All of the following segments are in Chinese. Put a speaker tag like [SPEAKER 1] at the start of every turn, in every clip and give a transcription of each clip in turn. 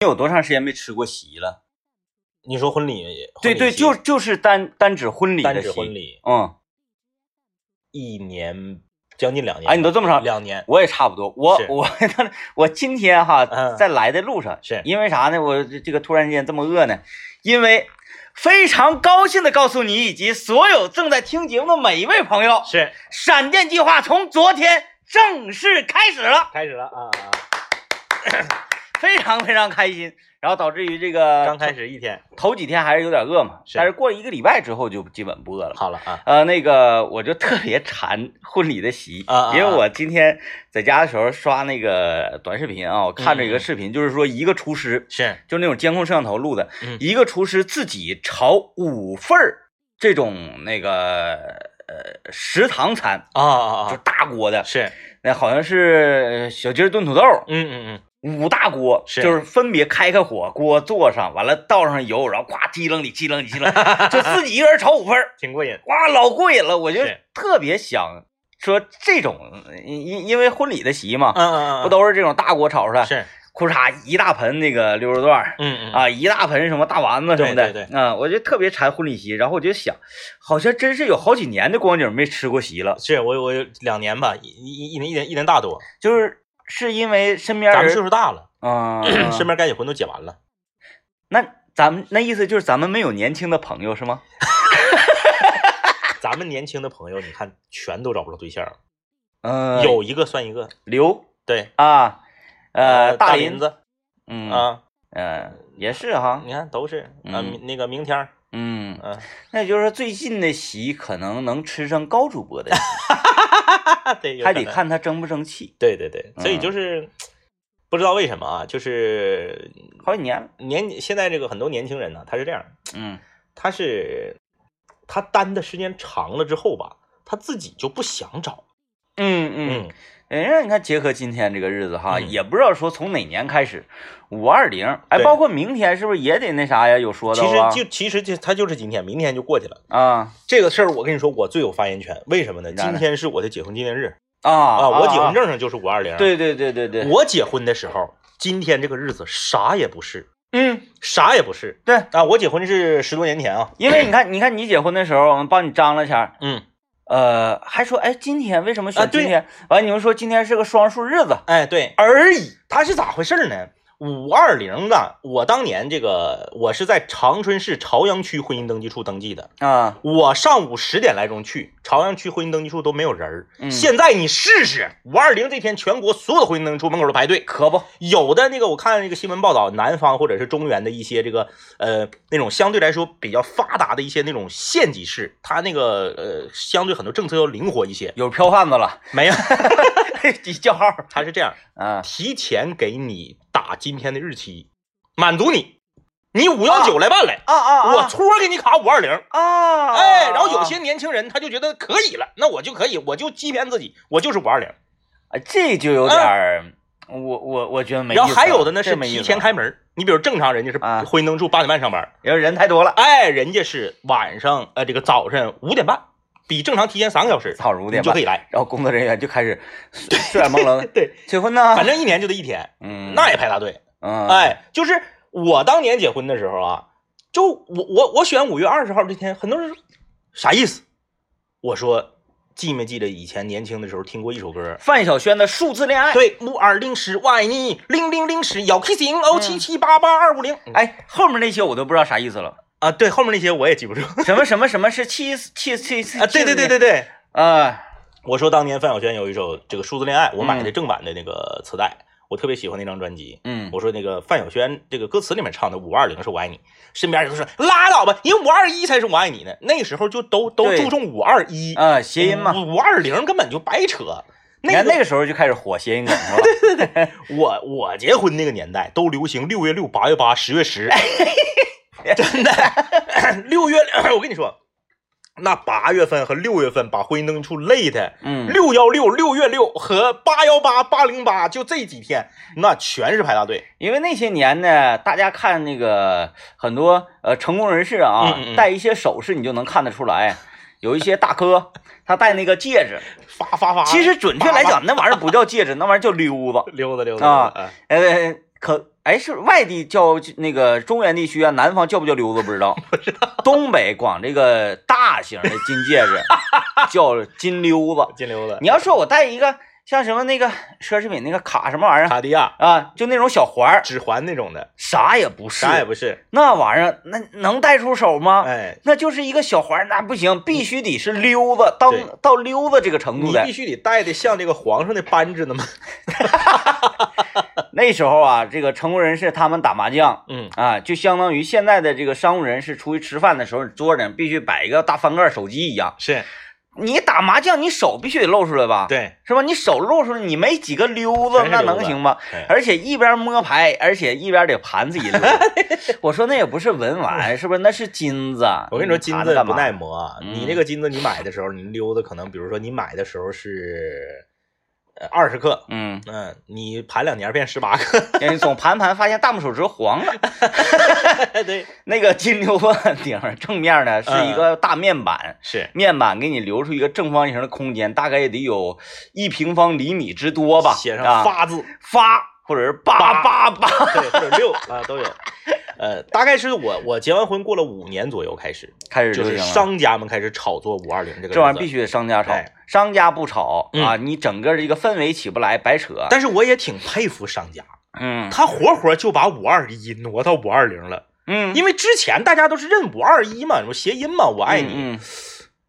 [SPEAKER 1] 你有多长时间没吃过席了？
[SPEAKER 2] 你说婚礼，
[SPEAKER 1] 对对，就是就是单单指婚礼
[SPEAKER 2] 单
[SPEAKER 1] 的
[SPEAKER 2] 指婚
[SPEAKER 1] 席。
[SPEAKER 2] 礼，
[SPEAKER 1] 嗯，
[SPEAKER 2] 一年将近两年吧。
[SPEAKER 1] 哎你都这么长
[SPEAKER 2] 两年，
[SPEAKER 1] 我也差不多。我
[SPEAKER 2] 是
[SPEAKER 1] 我 我今天哈
[SPEAKER 2] 嗯
[SPEAKER 1] 在来的路上，
[SPEAKER 2] 是
[SPEAKER 1] 因为啥呢？我这这个突然间这么饿呢？因为非常高兴的告诉你以及所有正在听节目的每一位朋友，
[SPEAKER 2] 是
[SPEAKER 1] 闪电计划从昨天正式开始了，
[SPEAKER 2] 开始了啊！啊啊
[SPEAKER 1] 非常非常开心。然后导致于这个
[SPEAKER 2] 刚开始一天，
[SPEAKER 1] 头几天还是有点饿嘛，
[SPEAKER 2] 是
[SPEAKER 1] 但是过了一个礼拜之后就基本不饿了。
[SPEAKER 2] 好了啊，
[SPEAKER 1] 呃，那个我就特别馋婚礼的席
[SPEAKER 2] 啊啊
[SPEAKER 1] 因为我今天在家的时候刷那个短视频啊，我看着一个
[SPEAKER 2] 嗯
[SPEAKER 1] 视频，就是说一个厨师，
[SPEAKER 2] 是
[SPEAKER 1] 就那种监控摄像头录的，
[SPEAKER 2] 嗯
[SPEAKER 1] 一个厨师自己炒五份儿这种那个呃食堂餐，
[SPEAKER 2] 啊啊
[SPEAKER 1] 就
[SPEAKER 2] 啊，
[SPEAKER 1] 大锅的，
[SPEAKER 2] 是，
[SPEAKER 1] 那好像是呃小鸡儿炖土豆，
[SPEAKER 2] 嗯嗯嗯，
[SPEAKER 1] 五大锅，
[SPEAKER 2] 是
[SPEAKER 1] 就是分别开开火，锅坐上，完了倒上油，然后咵机楞里机楞里机楞， 就自己一个人炒五份儿，
[SPEAKER 2] 挺过瘾。
[SPEAKER 1] 哇，老过瘾了，我就是特别想说这种，因因因为婚礼的席嘛，
[SPEAKER 2] 嗯嗯嗯，
[SPEAKER 1] 啊不都是这种大锅炒出来，
[SPEAKER 2] 是，
[SPEAKER 1] 库嚓一大盆那个溜肉段儿。
[SPEAKER 2] 嗯嗯，
[SPEAKER 1] 啊，一大盆什么大丸子什么的，
[SPEAKER 2] 对对
[SPEAKER 1] 啊，我就特别馋婚礼席，然后我就想，好像真是有好几年的光景没吃过席了，
[SPEAKER 2] 是我我有两年吧，一一一年一年一年大多，
[SPEAKER 1] 就是是因为身边
[SPEAKER 2] 咱们
[SPEAKER 1] 人
[SPEAKER 2] 岁数大了，
[SPEAKER 1] 啊，
[SPEAKER 2] 身边该结婚都结完了。
[SPEAKER 1] 那咱们那意思就是咱们没有年轻的朋友是吗？
[SPEAKER 2] 咱们年轻的朋友，你看全都找不着对象，
[SPEAKER 1] 嗯、
[SPEAKER 2] 有一个算一个。
[SPEAKER 1] 刘
[SPEAKER 2] 对，
[SPEAKER 1] 啊，呃，
[SPEAKER 2] 大
[SPEAKER 1] 林
[SPEAKER 2] 林，子
[SPEAKER 1] 嗯
[SPEAKER 2] 啊，
[SPEAKER 1] 呃，也是哈，
[SPEAKER 2] 你看都是啊，
[SPEAKER 1] 嗯
[SPEAKER 2] 明那个明天儿，
[SPEAKER 1] 嗯，
[SPEAKER 2] 嗯，
[SPEAKER 1] 那就是说最近的席可能能吃上高主播的 席，
[SPEAKER 2] 对，有
[SPEAKER 1] 还
[SPEAKER 2] 可
[SPEAKER 1] 得
[SPEAKER 2] 能。
[SPEAKER 1] 看他争不争气。
[SPEAKER 2] 对对对，所以
[SPEAKER 1] 嗯
[SPEAKER 2] 就是不知道为什么啊，就是
[SPEAKER 1] 好几年了，
[SPEAKER 2] 年现在这个很多年轻人呢，他是这样，
[SPEAKER 1] 嗯，
[SPEAKER 2] 他是他单的时间长了之后吧，他自己就不想找，
[SPEAKER 1] 嗯嗯，
[SPEAKER 2] 嗯，
[SPEAKER 1] 人家你看，结合今天这个日子哈，
[SPEAKER 2] 嗯
[SPEAKER 1] 也不知道说从哪年开始，五二零，哎，
[SPEAKER 2] 对
[SPEAKER 1] 包括明天是不是也得那啥呀？有说的
[SPEAKER 2] 其实
[SPEAKER 1] 啊，
[SPEAKER 2] 就其实就他就是今天，明天就过去了。
[SPEAKER 1] 啊
[SPEAKER 2] 这个事儿我跟你说，我最有发言权，为什么呢？
[SPEAKER 1] 咋的
[SPEAKER 2] 今天是我的结婚纪念日
[SPEAKER 1] 啊
[SPEAKER 2] 啊，
[SPEAKER 1] 啊
[SPEAKER 2] 我结婚
[SPEAKER 1] 证，
[SPEAKER 2] 证上就是五二零，，
[SPEAKER 1] 对对对对对，
[SPEAKER 2] 我结婚的时候，今天这个日子啥也不是，
[SPEAKER 1] 嗯，
[SPEAKER 2] 啥也不是
[SPEAKER 1] 对，
[SPEAKER 2] 啊，我结婚是十多年前啊，
[SPEAKER 1] 因为你看，你看你结婚的时候，我们帮你张罗一下，
[SPEAKER 2] 嗯，
[SPEAKER 1] 呃，还说哎，今天为什么
[SPEAKER 2] 啊
[SPEAKER 1] 选
[SPEAKER 2] 对
[SPEAKER 1] 今天？完、你们说今天是个双数日子
[SPEAKER 2] 哎，对，
[SPEAKER 1] 而已。
[SPEAKER 2] 它是咋回事儿呢？五二零的，我当年这个我是在长春市朝阳区婚姻登记处登记的。
[SPEAKER 1] 啊，
[SPEAKER 2] 我上午十点来钟去朝阳区婚姻登记处都没有人儿。
[SPEAKER 1] 嗯
[SPEAKER 2] 现在你试试，五二零这天，全国所有的婚姻登记处门口都排队。
[SPEAKER 1] 可不，
[SPEAKER 2] 有的那个我看那个新闻报道，南方或者是中原的一些这个呃那种相对来说比较发达的一些那种县级市，它那个呃相对很多政策要灵活一些。
[SPEAKER 1] 有票贩子了，
[SPEAKER 2] 没有，
[SPEAKER 1] 你叫号儿
[SPEAKER 2] 它是这样，
[SPEAKER 1] 啊，
[SPEAKER 2] 提前给你打今天的日期，满足你，你五幺九来办来，
[SPEAKER 1] 啊啊
[SPEAKER 2] 我搓给你卡五二零。
[SPEAKER 1] 啊，
[SPEAKER 2] 哎，然后有些年轻人他就觉得可以了，那我就可以，我就欺骗自己，我就是五二零。
[SPEAKER 1] 啊这就有点儿、我我我觉得没意思
[SPEAKER 2] 嗯然
[SPEAKER 1] 了。
[SPEAKER 2] 后还有的呢是
[SPEAKER 1] 这没意思
[SPEAKER 2] 提
[SPEAKER 1] 了
[SPEAKER 2] 前，开门，你比如正常人家是
[SPEAKER 1] 啊
[SPEAKER 2] 婚姻登记处八点半上班，
[SPEAKER 1] 因为人太多了，
[SPEAKER 2] 哎，人家是晚上呃这个早晨五点半，比正常提前三个小时，
[SPEAKER 1] 操，五
[SPEAKER 2] 你
[SPEAKER 1] 点
[SPEAKER 2] 就
[SPEAKER 1] 半
[SPEAKER 2] 可，以来。
[SPEAKER 1] 然后工作人员就开 始睡睡眼朦胧，
[SPEAKER 2] 对，
[SPEAKER 1] 结婚呢？
[SPEAKER 2] 反正一年就这一天，
[SPEAKER 1] 嗯，
[SPEAKER 2] 那也排大队。
[SPEAKER 1] 嗯，
[SPEAKER 2] 哎，就是我当年结婚的时候啊，就我我我选五月二十号这天，很多人说啥意思？我说记没记得以前年轻的时候听过一首歌？
[SPEAKER 1] 范晓萱的数字恋爱。
[SPEAKER 2] 对，五二零十我爱你，零零零十要 kissing 哦，七七八八二五零。
[SPEAKER 1] 哎，后面那些我都不知道啥意思了，
[SPEAKER 2] 啊，对，后面那些我也记不住啊。
[SPEAKER 1] 什么什么什么是七七七七
[SPEAKER 2] 对对对对对，
[SPEAKER 1] 啊，
[SPEAKER 2] 我说当年范晓萱有一首这个《数字恋爱》，我买的正版的那个磁带，我特别喜欢那张专辑。
[SPEAKER 1] 嗯，
[SPEAKER 2] 我说那个范晓萱这个歌词里面唱的“五二零是我爱你”，身边人都说拉倒吧，因为五二一才是我爱你呢。那个时候就都都
[SPEAKER 1] 对
[SPEAKER 2] 注重五二一，嗯
[SPEAKER 1] 啊，谐音嘛，
[SPEAKER 2] 五二零根本就白扯。
[SPEAKER 1] 你看
[SPEAKER 2] 那个
[SPEAKER 1] 那个时候就开始火谐音梗 是吧？
[SPEAKER 2] 我我结婚那个年代都流行六月六、八月八、十 月十，真的。 六月， 我跟你说，那八月份和六月份把婚姻登记处累的。
[SPEAKER 1] 嗯，
[SPEAKER 2] 六幺六、六月六和八幺八、八零八，就这几天，那全是排大队。
[SPEAKER 1] 因为那些年呢，大家看那个很多呃成功人士啊，
[SPEAKER 2] 嗯嗯嗯
[SPEAKER 1] 戴一些首饰你就能看得出来，有一些大哥他戴那个戒指，
[SPEAKER 2] 发发发！
[SPEAKER 1] 其实准确来讲那玩意儿不叫戒指，那玩意儿叫溜子，
[SPEAKER 2] 溜达溜
[SPEAKER 1] 啊
[SPEAKER 2] 啊，
[SPEAKER 1] 呃，可哎是外地叫那个中原地区啊，南方叫不叫溜子不知道，不知道。东北管这个大型的金戒 指叫金溜子。
[SPEAKER 2] 金溜子，
[SPEAKER 1] 你要说我戴一个像什么那个奢侈品那个卡什么玩意儿
[SPEAKER 2] 卡地亚
[SPEAKER 1] 啊，就那种小环儿，
[SPEAKER 2] 指环那种的，
[SPEAKER 1] 啥也不是，啊
[SPEAKER 2] 啥也不是，
[SPEAKER 1] 那玩意儿那能戴出手吗？
[SPEAKER 2] 哎，嗯
[SPEAKER 1] 那就是一个小环儿，那不行，必须得是溜子，到
[SPEAKER 2] 对
[SPEAKER 1] 到溜子这个程度
[SPEAKER 2] 你
[SPEAKER 1] 的
[SPEAKER 2] 必。须得戴的像这个皇上的扳指那么，
[SPEAKER 1] 那时候啊，这个成功人士他们打麻将
[SPEAKER 2] 嗯，
[SPEAKER 1] 啊，就相当于现在的这个商务人士出去吃饭的时候，桌上必须摆一个大翻盖手机一样。
[SPEAKER 2] 是
[SPEAKER 1] 你打麻将，你手必须得露出来吧？，
[SPEAKER 2] 对，
[SPEAKER 1] 是吧？你手露出来，你没几个溜子
[SPEAKER 2] 全，是
[SPEAKER 1] 那
[SPEAKER 2] 溜
[SPEAKER 1] 能
[SPEAKER 2] 子
[SPEAKER 1] 行吗？
[SPEAKER 2] 哎
[SPEAKER 1] 而且一边摸牌，而且一边得盘自己溜。 我说那也不是文玩，是不是？那是金子。
[SPEAKER 2] 我跟你说，金
[SPEAKER 1] 盘
[SPEAKER 2] 子
[SPEAKER 1] 干
[SPEAKER 2] 不
[SPEAKER 1] 嘛
[SPEAKER 2] 耐磨啊，你
[SPEAKER 1] 嗯
[SPEAKER 2] 那个金子你买的时候，你溜的可能，比如说你买的时候是呃二十克，
[SPEAKER 1] 嗯，
[SPEAKER 2] 嗯，你盘两年变十八克，
[SPEAKER 1] 人哎总盘盘发现大拇手指黄了。
[SPEAKER 2] 对，
[SPEAKER 1] 那个金溜子顶上正面呢是
[SPEAKER 2] 嗯
[SPEAKER 1] 一个大面板，
[SPEAKER 2] 是
[SPEAKER 1] 面板给你留出一个正方形的空间，大概也得有一平方厘米之多吧。
[SPEAKER 2] 写上
[SPEAKER 1] 啊
[SPEAKER 2] 发字，
[SPEAKER 1] 发或者是八八八，
[SPEAKER 2] 对，或者六啊都有，呃，大概是我我结完婚过了五年左右开始，
[SPEAKER 1] 开始
[SPEAKER 2] 就
[SPEAKER 1] 流行
[SPEAKER 2] 是
[SPEAKER 1] 了。
[SPEAKER 2] 商家们开始炒作五二零这个
[SPEAKER 1] 这玩意儿必
[SPEAKER 2] 须，
[SPEAKER 1] 须得商家炒
[SPEAKER 2] 哎，嗯
[SPEAKER 1] 商家不炒啊，你整个这个氛围起不来，白扯。
[SPEAKER 2] 但是我也挺佩服商家，
[SPEAKER 1] 嗯
[SPEAKER 2] 他活活就把五二一挪到五二零了，
[SPEAKER 1] 嗯，
[SPEAKER 2] 因为之前大家都是认五二一嘛，什么谐音嘛，我爱你。
[SPEAKER 1] 嗯嗯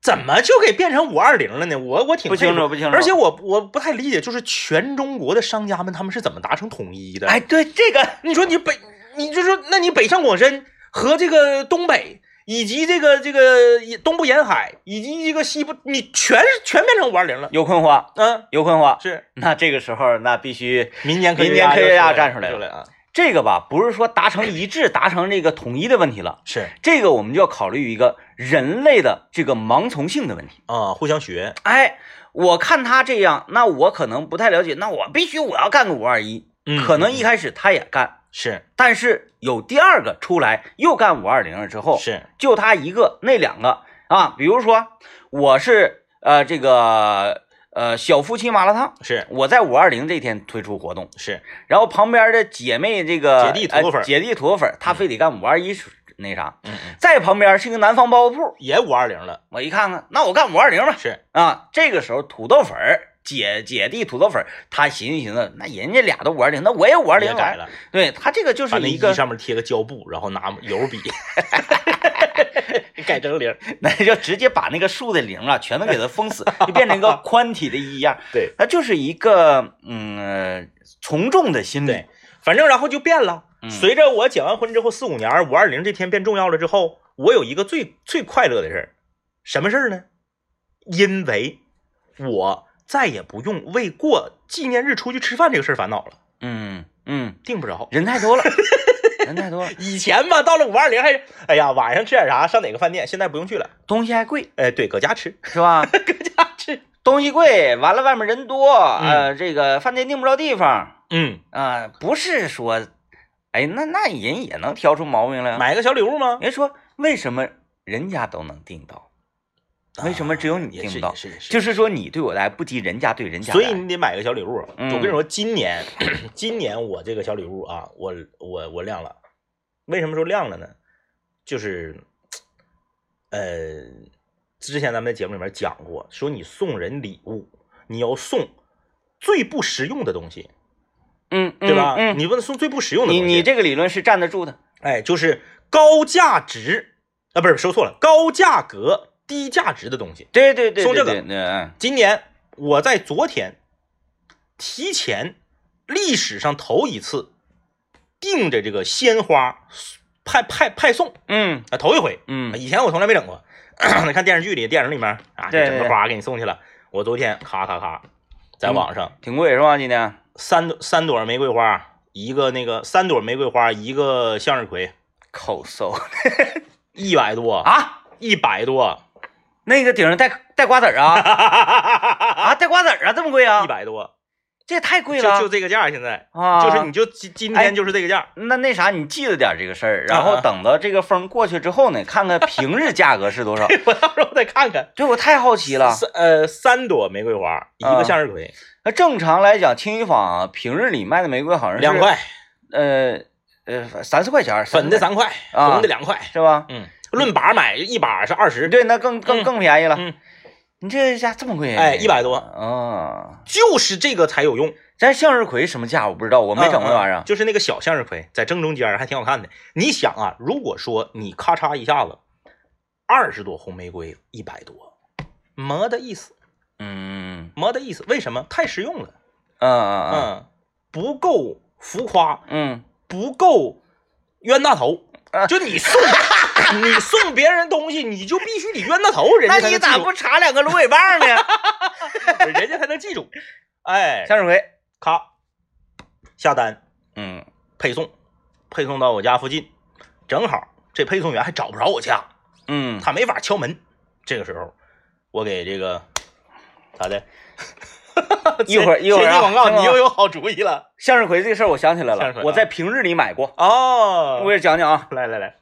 [SPEAKER 2] 怎么就给变成五二零了呢？我我挺
[SPEAKER 1] 不
[SPEAKER 2] 佩服
[SPEAKER 1] 清楚不清楚
[SPEAKER 2] 而且我我不太理解，就是全中国的商家们他们是怎么达成统一的？
[SPEAKER 1] 哎，，对这个，
[SPEAKER 2] 你说你北，你就说那你北上广深和这个东北，以及这个这个东部沿海，以及这个西部，你全全变成五二零了。
[SPEAKER 1] 有困惑，
[SPEAKER 2] 嗯、
[SPEAKER 1] 有困惑。
[SPEAKER 2] 是
[SPEAKER 1] 那这个时候，那必须
[SPEAKER 2] 民间科
[SPEAKER 1] 民间科学家
[SPEAKER 2] 家
[SPEAKER 1] 站出来
[SPEAKER 2] 来
[SPEAKER 1] 了
[SPEAKER 2] 啊，
[SPEAKER 1] 这个吧，不是说达成一致、达成这个统一的问题了，
[SPEAKER 2] 是
[SPEAKER 1] 这个我们就要考虑一个人类的这个盲从性的问题。
[SPEAKER 2] 啊、互相学，
[SPEAKER 1] 哎，我看他这样，那我可能不太了解，那我必须我要干个五二一。
[SPEAKER 2] 嗯
[SPEAKER 1] 可能一开始他也干，
[SPEAKER 2] 是
[SPEAKER 1] 但是有第二个出来又干五二零了之后，
[SPEAKER 2] 是
[SPEAKER 1] 就他一个，那两个啊，比如说我是呃这个呃小夫妻麻辣烫。
[SPEAKER 2] 是
[SPEAKER 1] 我在五二零这天推出活动，
[SPEAKER 2] 是
[SPEAKER 1] 然后旁边的姐妹这个
[SPEAKER 2] 姐弟土豆粉
[SPEAKER 1] 呃姐弟土豆粉，她非得干五二一那啥。
[SPEAKER 2] 嗯嗯，
[SPEAKER 1] 再旁边是一个南方包子铺，
[SPEAKER 2] 也五二零了，
[SPEAKER 1] 我一看看，那我干五二零吧。
[SPEAKER 2] 是
[SPEAKER 1] 啊，这个时候土豆粉儿姐姐弟土豆粉儿，她寻思寻思，那人家俩都五二零，那我也五二零啊
[SPEAKER 2] 也改了。
[SPEAKER 1] 对他这个就
[SPEAKER 2] 把
[SPEAKER 1] 是
[SPEAKER 2] 那
[SPEAKER 1] 一
[SPEAKER 2] 一
[SPEAKER 1] 个，
[SPEAKER 2] 上面贴个胶布，然后拿油笔改成零。
[SPEAKER 1] 那就直接把那个树的零啊，全都给它封 死，就变成一个宽体的一样。
[SPEAKER 2] 对
[SPEAKER 1] 它就是一个嗯、呃从众的心理
[SPEAKER 2] 对。，反正然后就变了。
[SPEAKER 1] 嗯
[SPEAKER 2] 随着我结完婚之后四五年，五二零这天变重要了之后，我有一个最最快乐的事儿，什么事儿呢？因为我再也不用为过纪念日出去吃饭这个事儿烦恼了，
[SPEAKER 1] 嗯嗯，
[SPEAKER 2] 订不着。
[SPEAKER 1] 人太多 了，人太多了，
[SPEAKER 2] 以前吧，到了五二零还是哎呀，晚上吃点啥，上哪个饭店？现在不用去了，
[SPEAKER 1] 东西还贵
[SPEAKER 2] 哎，对，搁家吃，
[SPEAKER 1] 是吧？
[SPEAKER 2] 搁家吃。
[SPEAKER 1] 东西贵，完了外面人多，呃，这个饭店订不着地方啊、
[SPEAKER 2] 嗯，
[SPEAKER 1] 不是说，哎，那那人也能挑出毛病来啊。
[SPEAKER 2] 买个小礼物吗？
[SPEAKER 1] 人说为什么人家都能订到，为什么只有你
[SPEAKER 2] 也
[SPEAKER 1] 订
[SPEAKER 2] 是
[SPEAKER 1] 不到
[SPEAKER 2] 啊也？是也是
[SPEAKER 1] 就是说你对我的爱不及人家对人家的
[SPEAKER 2] 所
[SPEAKER 1] 爱，
[SPEAKER 2] 以你得买个小礼物。
[SPEAKER 1] 嗯
[SPEAKER 2] 我跟你说，今年 今年我这个小礼物啊，我我我亮了。为什么说亮了呢？就是，呃，之前咱们在节目里面讲过，说你送人礼物，你要送最不实用的东西，
[SPEAKER 1] 嗯，
[SPEAKER 2] 对吧？
[SPEAKER 1] 嗯，
[SPEAKER 2] 你不能送最不实用的
[SPEAKER 1] 你
[SPEAKER 2] 东西。
[SPEAKER 1] 你这个理论是站得住的，
[SPEAKER 2] 哎，就是高价值啊，不是说错了，高价格低价值的东西。
[SPEAKER 1] 对对对，
[SPEAKER 2] 送这
[SPEAKER 1] 对
[SPEAKER 2] 个
[SPEAKER 1] 对嗯，
[SPEAKER 2] 今年我在昨天提前历史上头一次订着这个鲜花派派派送
[SPEAKER 1] 嗯
[SPEAKER 2] 啊，头一回，
[SPEAKER 1] 嗯
[SPEAKER 2] 以前我从来没整过。 你看电视剧里、电影里面啊，
[SPEAKER 1] 对
[SPEAKER 2] 这
[SPEAKER 1] 对
[SPEAKER 2] 整个花给你送去了。我昨天咔咔咔，在网上
[SPEAKER 1] 挺贵是吧？今天
[SPEAKER 2] 三朵三朵玫瑰花，一个那个三朵玫瑰花，一个向日葵，
[SPEAKER 1] 口搜
[SPEAKER 2] 一百多，
[SPEAKER 1] 啊，
[SPEAKER 2] 一百多，
[SPEAKER 1] 那个顶上带带瓜子儿 啊啊，带瓜子儿啊，这么贵啊
[SPEAKER 2] 一？百多，
[SPEAKER 1] 这也太贵
[SPEAKER 2] 就
[SPEAKER 1] 了
[SPEAKER 2] 就这个价，现在
[SPEAKER 1] 啊！
[SPEAKER 2] 就是你就今今
[SPEAKER 1] 哎
[SPEAKER 2] 天就是这个价。
[SPEAKER 1] 那那啥，你记着点这个事儿，然
[SPEAKER 2] 啊
[SPEAKER 1] 后
[SPEAKER 2] 啊
[SPEAKER 1] 等到这个风过去之后呢，看看平日价格是多少。
[SPEAKER 2] 我到时候再看看。
[SPEAKER 1] 对我太好奇了。
[SPEAKER 2] 三呃三朵玫瑰花，一
[SPEAKER 1] 啊
[SPEAKER 2] 个向日葵，
[SPEAKER 1] 那正常来讲，清一坊平日里卖的玫瑰好像是
[SPEAKER 2] 两，块，
[SPEAKER 1] 呃呃三四块钱，
[SPEAKER 2] 粉的三块，
[SPEAKER 1] 啊
[SPEAKER 2] 红的两块，
[SPEAKER 1] 是吧？
[SPEAKER 2] 嗯，论把买一把是二十，
[SPEAKER 1] 对，那更更
[SPEAKER 2] 嗯
[SPEAKER 1] 更便宜了。
[SPEAKER 2] 嗯
[SPEAKER 1] 你这家这么贵？
[SPEAKER 2] 哎，一百多，
[SPEAKER 1] 啊！
[SPEAKER 2] 就是这个才有用。
[SPEAKER 1] 咱向日葵什么价我不知道，我没整过那玩意
[SPEAKER 2] 嗯嗯
[SPEAKER 1] 儿。啊
[SPEAKER 2] 就是那个小向日葵，在正中间儿还挺好看的。你想啊，如果说你咔嚓一下子，二十朵红玫瑰一百多，没得意思，
[SPEAKER 1] 嗯
[SPEAKER 2] 没得意思。为什么？太实用了，
[SPEAKER 1] 嗯嗯
[SPEAKER 2] 嗯，不够浮夸，
[SPEAKER 1] 嗯
[SPEAKER 2] 不够冤大头
[SPEAKER 1] 啊。
[SPEAKER 2] 就你送 你送别人东西，你就必须得冤大头，人家才能记住，
[SPEAKER 1] 查两个芦苇棒呢？
[SPEAKER 2] 人家才能记住。哎，
[SPEAKER 1] 向日葵，
[SPEAKER 2] 咔，下单。
[SPEAKER 1] 嗯
[SPEAKER 2] 配送，配送到我家附近，正好这配送员还找不着我家，
[SPEAKER 1] 嗯，
[SPEAKER 2] 他没法敲门。这个时候，我给这个咋的？
[SPEAKER 1] 一 会儿一会儿啊
[SPEAKER 2] 先进广告，
[SPEAKER 1] 先进广告
[SPEAKER 2] 你又有好主意了
[SPEAKER 1] 向日葵这个事儿我想起来
[SPEAKER 2] 向日
[SPEAKER 1] 了，
[SPEAKER 2] 葵啊
[SPEAKER 1] 我在平日里买过。
[SPEAKER 2] 哦
[SPEAKER 1] 我给你讲讲啊，
[SPEAKER 2] 来来来，啊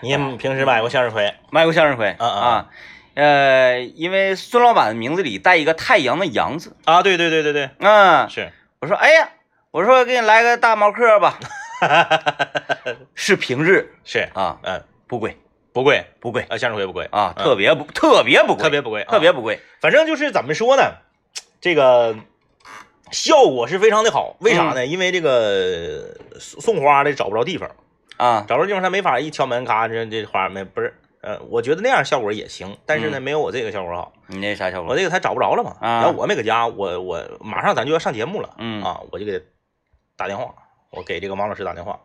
[SPEAKER 2] 你也平时买过向日葵？
[SPEAKER 1] 买过向日葵
[SPEAKER 2] 啊啊
[SPEAKER 1] 啊，呃，因为孙老板的名字里带一个太阳的阳字，
[SPEAKER 2] 啊，对对对对对，
[SPEAKER 1] 嗯，
[SPEAKER 2] 是。
[SPEAKER 1] 我说哎呀，我说给你来个大毛克 吧，是平日
[SPEAKER 2] 是，
[SPEAKER 1] 啊，
[SPEAKER 2] 嗯，
[SPEAKER 1] 不贵
[SPEAKER 2] 不贵
[SPEAKER 1] 不贵
[SPEAKER 2] 啊，向日葵不贵
[SPEAKER 1] 啊，
[SPEAKER 2] 嗯
[SPEAKER 1] 特别不特别不贵，
[SPEAKER 2] 特别不贵，
[SPEAKER 1] 特别
[SPEAKER 2] 啊
[SPEAKER 1] 不贵，
[SPEAKER 2] 反正就是怎么说呢，这个效果是非常的好。为啥呢？因为这个送送花的找不着地方，
[SPEAKER 1] 啊，
[SPEAKER 2] 找不着地方他没法一敲门，咔，这这花没不是。呃，我觉得那样效果也行，但是呢，没有我这个效果好。
[SPEAKER 1] 你那啥效
[SPEAKER 2] 我
[SPEAKER 1] 果？
[SPEAKER 2] 这个他找不着了嘛，
[SPEAKER 1] 啊
[SPEAKER 2] 然后我没搁家，我我马上咱就要上节目了，
[SPEAKER 1] 嗯
[SPEAKER 2] 啊，我就给他打电话，我给这个王老师打电话，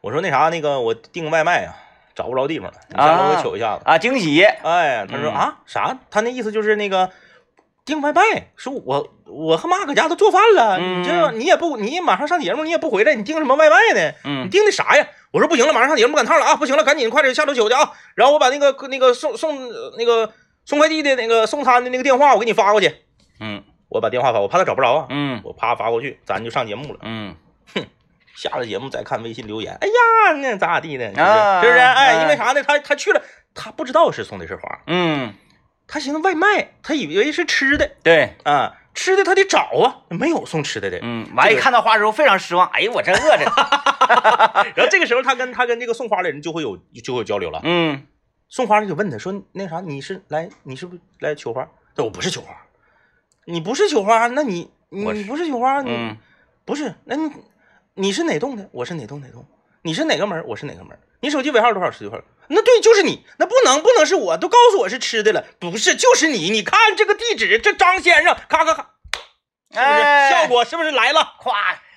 [SPEAKER 2] 我说那啥，那个我订外卖啊，找不着地方了，你上楼
[SPEAKER 1] 啊
[SPEAKER 2] 给我取一下子。
[SPEAKER 1] 啊，惊喜
[SPEAKER 2] 哎，他说、
[SPEAKER 1] 嗯
[SPEAKER 2] 啊啥？他那意思就是那个订外卖，说我我和妈搁家都做饭了，
[SPEAKER 1] 嗯
[SPEAKER 2] 你这你也不你马上上节目，你也不回来，你订什么外卖呢？你
[SPEAKER 1] 嗯
[SPEAKER 2] 订的啥呀？我说不行了，马上上节目赶趟了啊，不行了，赶紧快点下楼取去啊！然后我把那个那个送送呃那个送快递的那个送餐的那个电话我给你发过去，
[SPEAKER 1] 嗯
[SPEAKER 2] 我把电话发，我怕他找不着啊，
[SPEAKER 1] 嗯
[SPEAKER 2] 我啪发过去，咱就上节目了。
[SPEAKER 1] 嗯
[SPEAKER 2] 下了节目再看微信留言，哎呀，那咋咋地呢？是不是？
[SPEAKER 1] 啊
[SPEAKER 2] 是不是？
[SPEAKER 1] 啊
[SPEAKER 2] 哎，因为啥呢？他他去了，他不知道是送的是花。
[SPEAKER 1] 嗯，
[SPEAKER 2] 他寻思外卖，他以为是吃的
[SPEAKER 1] 对，
[SPEAKER 2] 啊，吃的他得找啊，没有送吃的的。
[SPEAKER 1] 嗯，完一
[SPEAKER 2] 这个
[SPEAKER 1] 看到花之后非常失望，哎呦，我真饿 着，
[SPEAKER 2] 然后这个时候，他跟他跟这个送花的人就会有就会有交流了。
[SPEAKER 1] 嗯
[SPEAKER 2] 送花的就问他说：“那啥，你是来你是不是来求花？”他说：“我不是求花，你不是求花，那你你
[SPEAKER 1] 我是
[SPEAKER 2] 你不是求花，你、
[SPEAKER 1] 嗯
[SPEAKER 2] 不是，那你你是哪栋的？我是哪栋哪栋？你是哪个门儿？我是哪个门儿？你手机尾号多少？十多少？那对，就是你。那不能不能是我，都告诉我是吃的了，不是就是你。你看这个地址，这张先生，咔咔咔，是不是？
[SPEAKER 1] 哎
[SPEAKER 2] 效果是不是来了？
[SPEAKER 1] 夸，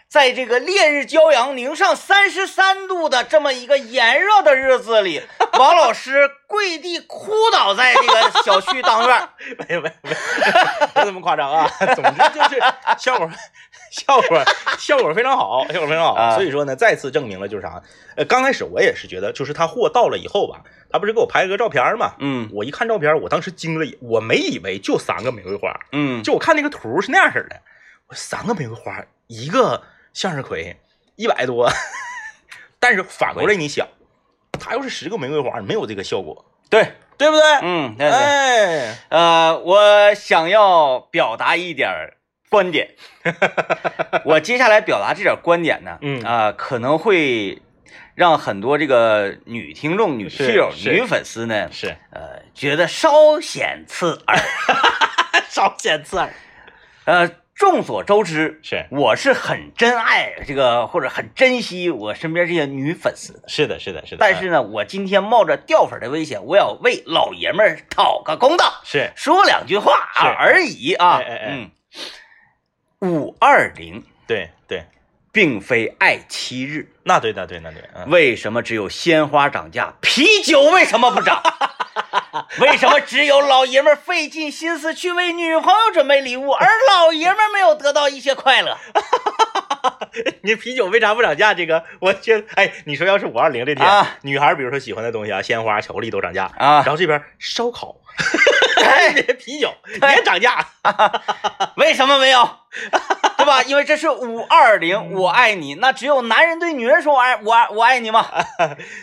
[SPEAKER 1] 在这个烈日骄阳、零上三十三度的这么一个炎热的日子 里，王老师跪地哭倒在这个小区当 院儿。
[SPEAKER 2] 没有没有没有，没这么夸张啊。 总之就是效果，效果效果非常好，效果非常好。
[SPEAKER 1] 啊
[SPEAKER 2] 所以说呢，再次证明了就是啥？呃，刚开始我也是觉得，就是他货到了以后吧，他不是给我拍了个照片儿嘛，
[SPEAKER 1] 嗯
[SPEAKER 2] 我一看照片，我当时惊了，我没以为就三个玫瑰花，
[SPEAKER 1] 嗯
[SPEAKER 2] 就我看那个图是那样式儿的，我三个玫瑰花，一个向日葵，一百多。 但是反过来你想，它要是十个玫瑰花，没有这个效果，
[SPEAKER 1] 对，
[SPEAKER 2] 对不对？
[SPEAKER 1] 嗯对对。
[SPEAKER 2] 哎，
[SPEAKER 1] 呃，我想要表达一点儿观 点，我接下来表达这点儿观点呢，
[SPEAKER 2] 嗯
[SPEAKER 1] 啊、可能会让很多这个女听众、女室友、
[SPEAKER 2] 是是
[SPEAKER 1] 女粉丝呢，
[SPEAKER 2] 是
[SPEAKER 1] 呃，觉得稍显刺耳。
[SPEAKER 2] 少显刺耳。
[SPEAKER 1] 呃，众所周知，
[SPEAKER 2] 是
[SPEAKER 1] 我是很珍爱这个，或者很珍惜我身边这些女粉丝的。
[SPEAKER 2] 是的，是的，是的。
[SPEAKER 1] 但是呢，我今天冒着掉粉的危险，我要为老爷们儿讨个公道，
[SPEAKER 2] 是
[SPEAKER 1] 说两句话啊
[SPEAKER 2] 是
[SPEAKER 1] 而已啊。
[SPEAKER 2] 哎哎哎
[SPEAKER 1] 嗯，五二零
[SPEAKER 2] 对对，
[SPEAKER 1] 并非爱妻日，
[SPEAKER 2] 那对那对那对，嗯，
[SPEAKER 1] 为什么只有鲜花涨价，啤酒为什么不涨？ 为什么只有老爷们儿费尽心思去为女朋友准备礼物，而老爷们儿没有得到一些快乐？
[SPEAKER 2] 你啤酒为啥不涨价？这个我觉得，哎，你说要是五二零这天，
[SPEAKER 1] 啊
[SPEAKER 2] 女孩儿比如说喜欢的东西啊，鲜花、巧克力都涨价
[SPEAKER 1] 啊
[SPEAKER 2] 然后这边烧烤、 哎啤酒
[SPEAKER 1] 对
[SPEAKER 2] 也 涨价，
[SPEAKER 1] 哎为什么没有？对吧？因为这是五二零，我爱你。那只有男人对女人说我爱我爱我爱你吗？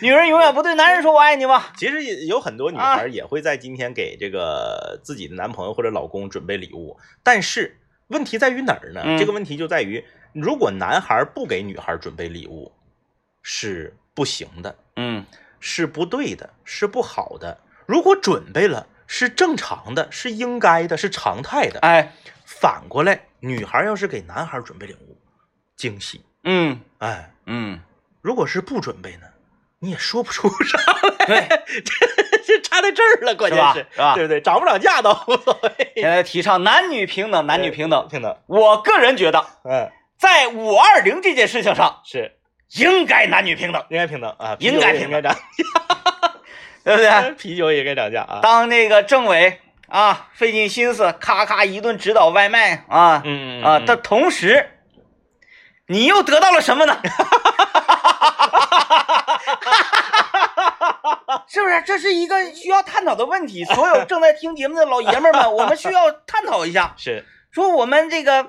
[SPEAKER 1] 女人永远不对男人说我爱你吗？
[SPEAKER 2] 其实也有很多女
[SPEAKER 1] 啊
[SPEAKER 2] 孩儿也会在今天给这个自己的男朋友或者老公准备礼物，但是问题在于哪儿呢？
[SPEAKER 1] 嗯
[SPEAKER 2] 这个问题就在于如果男孩不给女孩准备礼物，是不行的，
[SPEAKER 1] 嗯
[SPEAKER 2] 是不对的，是不好的。如果准备了，是正常的，是应该的，是常态的。
[SPEAKER 1] 哎
[SPEAKER 2] 反过来，女孩要是给男孩准备礼物，惊喜，
[SPEAKER 1] 嗯
[SPEAKER 2] 哎，
[SPEAKER 1] 嗯，
[SPEAKER 2] 如果是不准备呢，你也说不出 啥来。
[SPEAKER 1] 对，
[SPEAKER 2] 这这差在这儿了，关键
[SPEAKER 1] 吧
[SPEAKER 2] 是
[SPEAKER 1] 是吧
[SPEAKER 2] 对不对？涨不涨价倒无所谓。
[SPEAKER 1] 现在提倡男女平等， 男女平等。
[SPEAKER 2] 平等，
[SPEAKER 1] 我个人觉得，
[SPEAKER 2] 嗯，
[SPEAKER 1] 在五二零这件事情上，
[SPEAKER 2] 是
[SPEAKER 1] 应该男女平等，
[SPEAKER 2] 应该平等啊，
[SPEAKER 1] 应该
[SPEAKER 2] 啤酒也
[SPEAKER 1] 平
[SPEAKER 2] 应该
[SPEAKER 1] 等哎
[SPEAKER 2] 涨
[SPEAKER 1] 对不
[SPEAKER 2] 价，
[SPEAKER 1] 对？
[SPEAKER 2] 啤酒也该涨价啊。
[SPEAKER 1] 当那个政委啊，费尽心思，咔咔一顿指导外卖啊
[SPEAKER 2] 嗯
[SPEAKER 1] 啊，
[SPEAKER 2] 嗯
[SPEAKER 1] 的同时，你又得到了什么呢？ 是不是？这是一个需要探讨的问题。所 有正在听节目的老爷们儿们，我们需要探讨一下。
[SPEAKER 2] 是
[SPEAKER 1] 说我们这个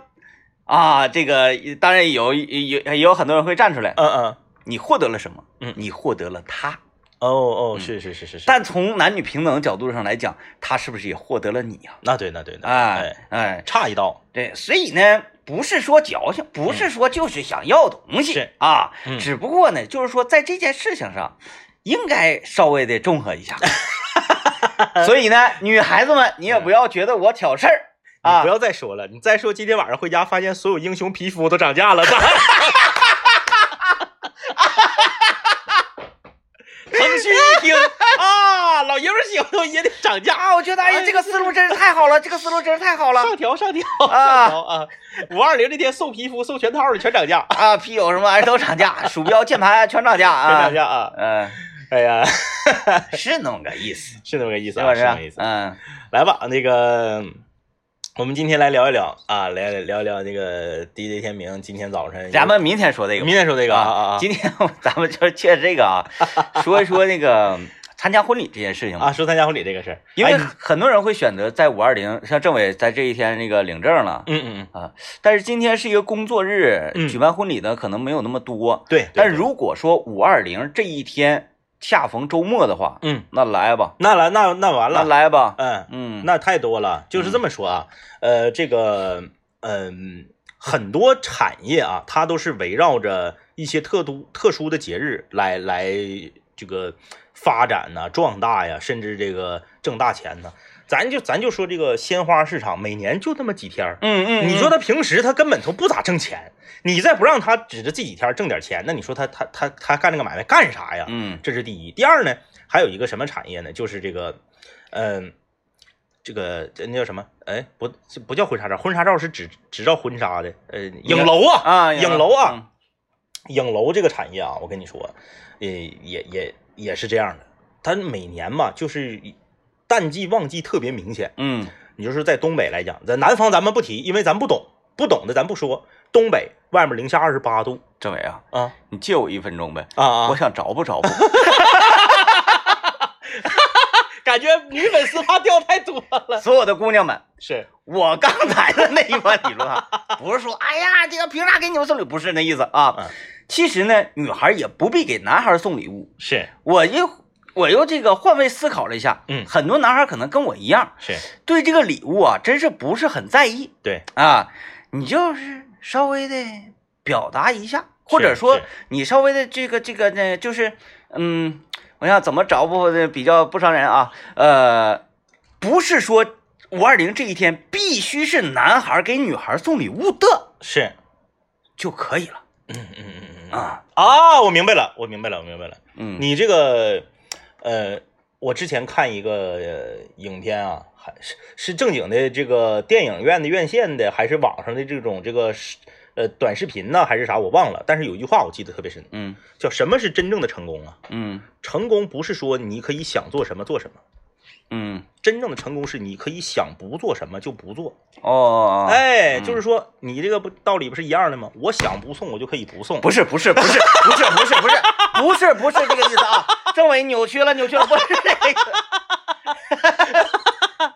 [SPEAKER 1] 啊，这个当然有有也有很多人会站出来，
[SPEAKER 2] 嗯嗯，
[SPEAKER 1] 你获得了什么？
[SPEAKER 2] 嗯
[SPEAKER 1] 你获得了他。
[SPEAKER 2] 哦哦，
[SPEAKER 1] 嗯
[SPEAKER 2] 是是是是是，
[SPEAKER 1] 但从男女平等角度上来讲，他是不是也获得了你呀、
[SPEAKER 2] 那对那对那对，
[SPEAKER 1] 哎
[SPEAKER 2] 哎，
[SPEAKER 1] 哎，
[SPEAKER 2] 差一道，
[SPEAKER 1] 对，所以呢，不是说矫情，不是说就是想要东西、
[SPEAKER 2] 嗯是
[SPEAKER 1] 啊，
[SPEAKER 2] 嗯
[SPEAKER 1] 只不过呢，就是说在这件事情上，应该稍微的综合一 下。所以呢，女孩子们，你也不要觉得我挑事儿
[SPEAKER 2] 嗯你
[SPEAKER 1] 啊
[SPEAKER 2] 不，要再说了，你再说今天晚上回家发现所有英雄皮肤都涨价 了，咋？腾讯一听啊，老爷们儿喜欢东西也得涨价，
[SPEAKER 1] 啊，我觉得哎呀，这个思路真是太好了，这个思路真是太好了
[SPEAKER 2] 上调上调
[SPEAKER 1] 啊
[SPEAKER 2] 上调啊！五二零这天送皮肤送全套的全涨价，
[SPEAKER 1] 啊！啤酒什么玩意儿都涨价，鼠标、键盘全涨价
[SPEAKER 2] 全
[SPEAKER 1] 啊！
[SPEAKER 2] 涨价啊！
[SPEAKER 1] 嗯，
[SPEAKER 2] 哎呀，
[SPEAKER 1] 是那么个意思，
[SPEAKER 2] 是那么个意思
[SPEAKER 1] 是不
[SPEAKER 2] 啊，是那么个意
[SPEAKER 1] 是
[SPEAKER 2] 思？。
[SPEAKER 1] 嗯
[SPEAKER 2] 来吧，那个，我们今天来聊一聊啊，来聊一聊那个 DJ 天明今天早晨，
[SPEAKER 1] 咱们明天说这个吧，
[SPEAKER 2] 明天说这
[SPEAKER 1] 这
[SPEAKER 2] 个啊啊
[SPEAKER 1] 今天咱们就是借这个 啊，说一说那个参加婚礼这件事情
[SPEAKER 2] 啊啊，
[SPEAKER 1] 吧。
[SPEAKER 2] 说参加婚礼这个事儿，
[SPEAKER 1] 因为
[SPEAKER 2] 哎你
[SPEAKER 1] 很多人会选择在五二零，像政委在这一天那个领证了，
[SPEAKER 2] 嗯嗯嗯，
[SPEAKER 1] 但是今天是一个工作日，
[SPEAKER 2] 嗯
[SPEAKER 1] 举办婚礼的可能没有那么多。
[SPEAKER 2] 对，对
[SPEAKER 1] 但是如果说五二零这一天恰逢周末的话，
[SPEAKER 2] 嗯，
[SPEAKER 1] 那来吧，
[SPEAKER 2] 那来那那完
[SPEAKER 1] 那
[SPEAKER 2] 了，
[SPEAKER 1] 来吧，
[SPEAKER 2] 嗯，
[SPEAKER 1] 嗯，
[SPEAKER 2] 那太多了，就是这么说啊，呃，这个嗯、很多产业啊，它都是围绕着一些特殊特殊的节日来来这个发展呐、壮大呀，甚至这个挣大钱呢、咱就咱就说这个鲜花市场，每年就那么几天儿。
[SPEAKER 1] 嗯嗯，
[SPEAKER 2] 你说他平时他根本都不咋挣钱，你再不让他指着这几天挣点钱，那你说他他他他干这个买卖干啥呀？
[SPEAKER 1] 嗯，
[SPEAKER 2] 这是第一。第二呢，还有一个什么产业呢？就是这个，嗯、这个这那叫什么？哎，不这不叫婚纱照，婚纱照是只只照婚纱的，呃，影楼啊，
[SPEAKER 1] 啊，
[SPEAKER 2] 影楼啊，影楼这个产业啊，我跟你说，呃，也也也是这样的，它每年嘛，就是淡季旺季特别明显。
[SPEAKER 1] 嗯，
[SPEAKER 2] 你就是在东北来讲，在南方咱们不提，因为咱不懂，不懂的咱不说。东北外面零下二十八度
[SPEAKER 1] 政委啊，
[SPEAKER 2] 啊
[SPEAKER 1] 你借我一分钟呗，
[SPEAKER 2] 啊啊！
[SPEAKER 1] 我想着不着 不，
[SPEAKER 2] 感觉女粉丝怕掉太多了，
[SPEAKER 1] 所有的姑娘们。
[SPEAKER 2] 是
[SPEAKER 1] 我刚才的那一番理论 啊，不是说哎呀，这个凭啥给你们送礼，不是那意思啊
[SPEAKER 2] 嗯。
[SPEAKER 1] 其实呢，女孩也不必给男孩送礼物。
[SPEAKER 2] 是
[SPEAKER 1] 我又我又这个换位思考了一下，
[SPEAKER 2] 嗯
[SPEAKER 1] 很多男孩可能跟我一样，
[SPEAKER 2] 是，
[SPEAKER 1] 对这个礼物啊，真是不是很在意
[SPEAKER 2] 对，
[SPEAKER 1] 啊。你就是稍微的表达一下，或者说
[SPEAKER 2] 是
[SPEAKER 1] 你稍微的这个这个呢，就是嗯，我想怎么着不比较不伤人啊？呃，不是说五二零这一天必须是男孩给女孩送礼物的
[SPEAKER 2] 是，
[SPEAKER 1] 就可以了
[SPEAKER 2] 嗯嗯嗯嗯嗯
[SPEAKER 1] 啊。
[SPEAKER 2] 啊！我明白了，我明白了，我明白了。
[SPEAKER 1] 嗯，
[SPEAKER 2] 你这个，呃，我之前看一个、呃影片啊，还是是正经的这个电影院的院线的，还是网上的这种这个视呃短视频呢，还是啥我忘了。但是有一句话我记得特别深，
[SPEAKER 1] 嗯
[SPEAKER 2] 叫什么是真正的成功啊？
[SPEAKER 1] 嗯
[SPEAKER 2] 成功不是说你可以想做什么做什么，
[SPEAKER 1] 嗯
[SPEAKER 2] 真正的成功是你可以想不做什么就不做。
[SPEAKER 1] 哦，
[SPEAKER 2] 哎，
[SPEAKER 1] 嗯
[SPEAKER 2] 就是说你这个不道理不是一样的吗？我想不送我就可以不送，
[SPEAKER 1] 不是不是不是不是不是不是不是不是这个意思啊！政委扭曲了扭曲了，不是这个意思。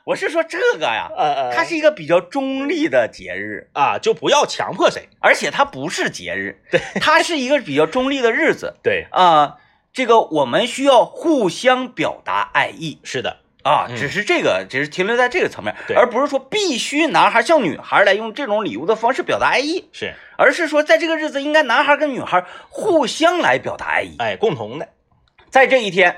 [SPEAKER 1] 我是说这个呀，
[SPEAKER 2] 呃呃，
[SPEAKER 1] 它是一个比较中立的节日，
[SPEAKER 2] 啊，就不要强迫谁。
[SPEAKER 1] 而且它不是节日，对，它是一个比较中立的日子
[SPEAKER 2] 对，
[SPEAKER 1] 啊、这个我们需要互相表达爱意
[SPEAKER 2] 是的，
[SPEAKER 1] 啊，
[SPEAKER 2] 嗯
[SPEAKER 1] 只是这个只是停留在这个层面，
[SPEAKER 2] 对
[SPEAKER 1] 而不是说必须男孩向女孩来用这种礼物的方式表达爱意，
[SPEAKER 2] 是，
[SPEAKER 1] 而是说在这个日子应该男孩跟女孩互相来表达爱意。
[SPEAKER 2] 哎，共同的
[SPEAKER 1] 在这一天，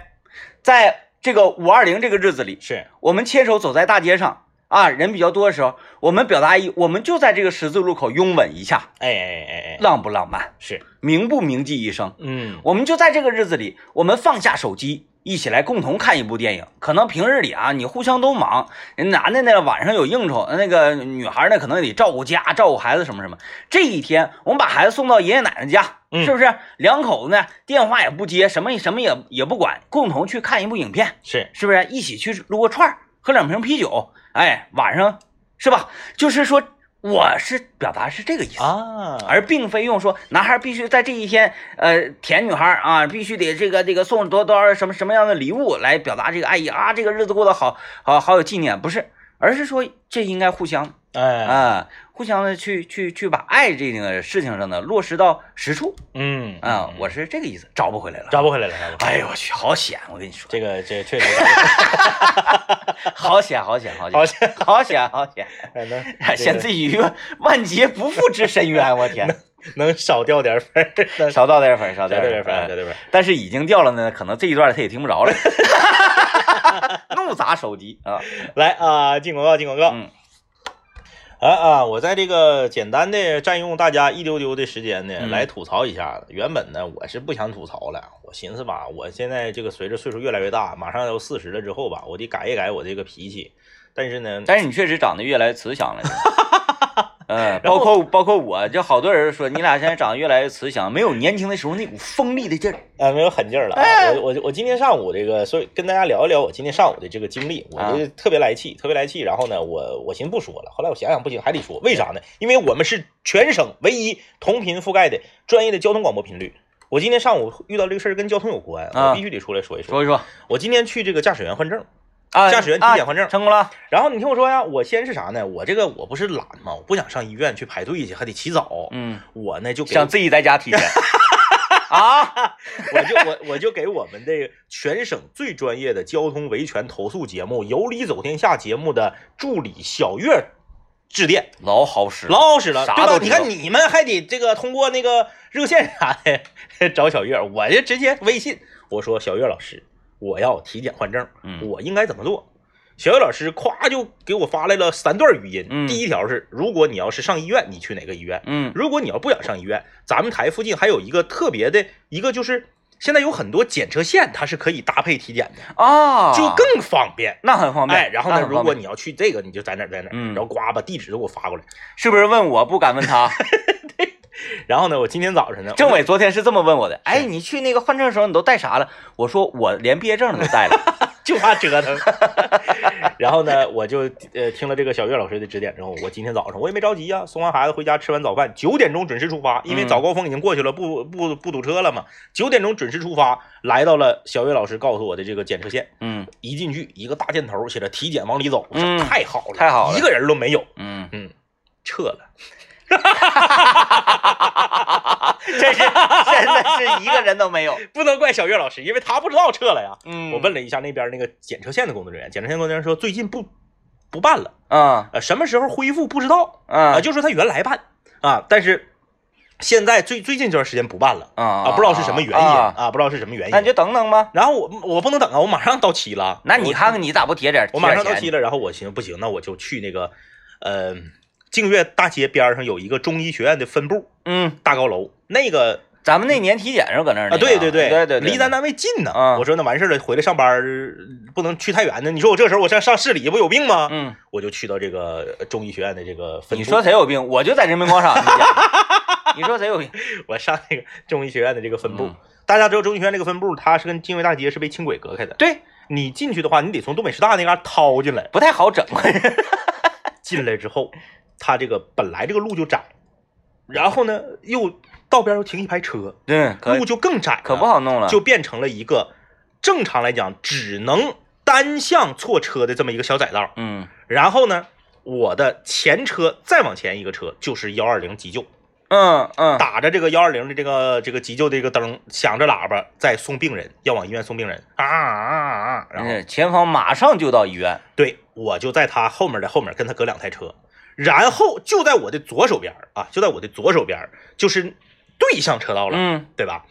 [SPEAKER 1] 在这个五二零这个日子里，
[SPEAKER 2] 是，
[SPEAKER 1] 我们牵手走在大街上啊，人比较多的时候，我们表达爱意，我们就在这个十字路口拥吻一下，
[SPEAKER 2] 哎哎哎哎，
[SPEAKER 1] 浪不浪漫，
[SPEAKER 2] 是，
[SPEAKER 1] 铭不铭记一生？
[SPEAKER 2] 嗯，
[SPEAKER 1] 我们就在这个日子里，我们放下手机，一起来共同看一部电影。可能平日里啊，你互相都忙，男的呢晚上有应酬，呃那个女孩呢可能得照顾家、照顾孩子什么什么。这一天，我们把孩子送到爷爷奶奶家，
[SPEAKER 2] 嗯
[SPEAKER 1] 是不是？两口子呢电话也不接，什么什么也也不管，共同去看一部影片，
[SPEAKER 2] 是，
[SPEAKER 1] 是不是？一起去撸个串儿，喝两瓶啤酒，哎，晚上是吧？就是说，我是表达是这个意思。
[SPEAKER 2] 啊，
[SPEAKER 1] 而并非用说男孩必须在这一天，呃，舔女孩啊，必须得这个这个送多多少什么什么样的礼物来表达这个爱意啊，这个日子过得好好好有纪念，不是，而是说这应该互相啊、
[SPEAKER 2] 哎，
[SPEAKER 1] 互相的去去去把爱这个事情上呢落实到实处
[SPEAKER 2] 嗯
[SPEAKER 1] 啊、
[SPEAKER 2] 嗯
[SPEAKER 1] 我是这个意思，找不回来了。
[SPEAKER 2] 抓不回来了，抓不回来了
[SPEAKER 1] 哎呦我去，好险！我跟你说，
[SPEAKER 2] 这个这个 确实抓不回来
[SPEAKER 1] 好险，好险，好
[SPEAKER 2] 好
[SPEAKER 1] 险，好险，好险！
[SPEAKER 2] 了， 能
[SPEAKER 1] 陷自己于万劫不复之深渊，我天！
[SPEAKER 2] 能少掉点分 儿，哎能
[SPEAKER 1] 少倒点粉，少
[SPEAKER 2] 少掉
[SPEAKER 1] 倒
[SPEAKER 2] 点
[SPEAKER 1] 点
[SPEAKER 2] 分儿，少
[SPEAKER 1] 粉啊
[SPEAKER 2] 掉，点分儿。
[SPEAKER 1] 但是已经掉了呢，可能这一段他也听不着 了，怒砸手机啊！
[SPEAKER 2] 来啊，进广告，进广告。
[SPEAKER 1] 嗯
[SPEAKER 2] 啊啊！我在这个简单的占用大家一丢丢的时间呢，
[SPEAKER 1] 嗯
[SPEAKER 2] 来吐槽一下子。原本呢，我是不想吐槽了，我寻思吧，我现在这个随着岁数越来越大，马上要四十了之后吧，我得改一改我这个脾气。但是呢，
[SPEAKER 1] 但是你确实长得越来越慈祥 了。嗯，包括包括我，就好多人说你俩现在长得越来越慈祥，没有年轻的时候那股锋利的劲儿。
[SPEAKER 2] 啊，没有狠劲儿了
[SPEAKER 1] 哎
[SPEAKER 2] 啊！我我我今天上午这个，所以跟大家聊一聊我今天上午的这个经历，我
[SPEAKER 1] 啊
[SPEAKER 2] 就特别来气，特别来气。然后呢，我我寻思不说了，后来我想想不行，还得说，为啥呢？因为我们是全省唯一同频覆盖的专业的交通广播频率。我今天上午遇到这个事儿跟交通有关，
[SPEAKER 1] 啊
[SPEAKER 2] 我必须得出来说一说。
[SPEAKER 1] 说一说
[SPEAKER 2] 我今天去这个驾驶员换证，
[SPEAKER 1] 啊，
[SPEAKER 2] 驾驶员体检换证
[SPEAKER 1] 啊成功了。
[SPEAKER 2] 然后你听我说呀，我先是啥呢？我这个我不是懒嘛，我不想上医院去排队去，还得起早。
[SPEAKER 1] 嗯，
[SPEAKER 2] 我呢就给
[SPEAKER 1] 想自己在家体 检啊？
[SPEAKER 2] 我就我我就给我们这全省最专业的交通维权投诉节目《有理走天下》节目的助理小月致电，
[SPEAKER 1] 老好使了，
[SPEAKER 2] 老实了，
[SPEAKER 1] 嗯啥
[SPEAKER 2] 对吧？
[SPEAKER 1] 都
[SPEAKER 2] 你
[SPEAKER 1] 知道
[SPEAKER 2] 看你们还得这个通过那个热线啥的 找小月，我就直接微信我说小月老师，我要体检换证，
[SPEAKER 1] 嗯
[SPEAKER 2] 我应该怎么做？小月老师夸就给我发来了三段语音，
[SPEAKER 1] 嗯
[SPEAKER 2] 第一条是如果你要是上医院，你去哪个医院？
[SPEAKER 1] 嗯
[SPEAKER 2] 如果你要不想上医院，咱们台附近还有一个特别的一个，就是现在有很多检测线，它是可以搭配体检的，
[SPEAKER 1] 啊，
[SPEAKER 2] 就更方便。
[SPEAKER 1] 那很方便。
[SPEAKER 2] 哎，然后
[SPEAKER 1] 那
[SPEAKER 2] 呢，
[SPEAKER 1] 很
[SPEAKER 2] 如
[SPEAKER 1] 方
[SPEAKER 2] 果
[SPEAKER 1] 便
[SPEAKER 2] 你要去这个，你就在哪儿在哪儿，
[SPEAKER 1] 嗯
[SPEAKER 2] 然后呱把地址都给我发过来。
[SPEAKER 1] 是不是问我不敢问他？
[SPEAKER 2] 然后呢，我今天早晨呢，
[SPEAKER 1] 政
[SPEAKER 2] 我
[SPEAKER 1] 委昨天是这么问我的，哎，你去那个换证的时候你都带啥了？我说我连毕业证都带 了。
[SPEAKER 2] 就怕折腾。然后呢，我就呃听了这个小岳老师的指点之后，我今天早上我也没着急呀、送完孩子回家，吃完早饭，九点钟准时出发，因为
[SPEAKER 1] 嗯
[SPEAKER 2] 早高峰已经过去了，不不不堵车了嘛。九点钟准时出发，来到了小岳老师告诉我的这个检测线。
[SPEAKER 1] 嗯
[SPEAKER 2] 一进去一个大箭头，写着体检往里走，我说
[SPEAKER 1] 嗯
[SPEAKER 2] 太好了，
[SPEAKER 1] 太好了
[SPEAKER 2] 一个人都没有，
[SPEAKER 1] 嗯。
[SPEAKER 2] 撤了。
[SPEAKER 1] 这是 真的是一个人都没有。
[SPEAKER 2] 不能怪小岳老师，因为他不知道撤了呀。
[SPEAKER 1] 嗯
[SPEAKER 2] 我问了一下那边那个检测线的工作人员，检测线工作人员说最近不不办了，
[SPEAKER 1] 啊
[SPEAKER 2] 呃，什么时候恢复不知道啊、
[SPEAKER 1] 啊
[SPEAKER 2] 就说他原来办啊，但是现在最最近这段时间不办了
[SPEAKER 1] 啊
[SPEAKER 2] 啊，
[SPEAKER 1] 啊
[SPEAKER 2] 不知道是什么原因
[SPEAKER 1] 啊
[SPEAKER 2] 啊，不知道是什么原
[SPEAKER 1] 那你
[SPEAKER 2] 因。
[SPEAKER 1] 就等等吧。
[SPEAKER 2] 然后我我不能等啊，我马上到期 了。
[SPEAKER 1] 那你
[SPEAKER 2] 我
[SPEAKER 1] 看看你咋不贴点？
[SPEAKER 2] 我马上到
[SPEAKER 1] 贴
[SPEAKER 2] 期
[SPEAKER 1] 点
[SPEAKER 2] 了，然后我寻思不行，那我就去那个，呃，净月大街边儿上有一个中医学院的分部
[SPEAKER 1] 钱。嗯，
[SPEAKER 2] 大高楼，那个
[SPEAKER 1] 咱们那年体检时候搁那儿呢
[SPEAKER 2] 啊，对对
[SPEAKER 1] 对对对，
[SPEAKER 2] 离咱单位近呢。
[SPEAKER 1] 啊
[SPEAKER 2] 我说那完事儿了，回来上班儿不能去太远的。你说我这时候我上上市里不有病吗？
[SPEAKER 1] 嗯，
[SPEAKER 2] 我就去到这个中医学院的这个分部，
[SPEAKER 1] 你说谁有病？我就在人民广场。 你说谁有病？
[SPEAKER 2] 我上那个中医学院的这个分部，
[SPEAKER 1] 嗯
[SPEAKER 2] 大家知道中医学院这个分部，它是跟金悦大街是被轻轨隔开的。
[SPEAKER 1] 对，
[SPEAKER 2] 你进去的话，你得从东北师大那嘎掏进来，
[SPEAKER 1] 不太 好整。
[SPEAKER 2] 进来之后，它这个本来这个路就窄，然后呢又道边又停一排车，
[SPEAKER 1] 嗯，可
[SPEAKER 2] 路就更窄了，
[SPEAKER 1] 可不好弄了。
[SPEAKER 2] 就变成了一个正常来讲只能单向错车的这么一个小窄道。
[SPEAKER 1] 嗯
[SPEAKER 2] 然后呢，我的前车再往前一个车就是幺二零急救，
[SPEAKER 1] 嗯嗯，
[SPEAKER 2] 打着这个幺二零的这个这个急救的这个灯，响着喇叭在送病人，要往医院送病人啊啊啊啊！然后
[SPEAKER 1] 嗯前方马上就到医院，
[SPEAKER 2] 对我就在他后面的后面跟他隔两台车，然后就在我的左手边儿啊，就在我的左手边儿就是对向车道了，
[SPEAKER 1] 嗯
[SPEAKER 2] 对吧？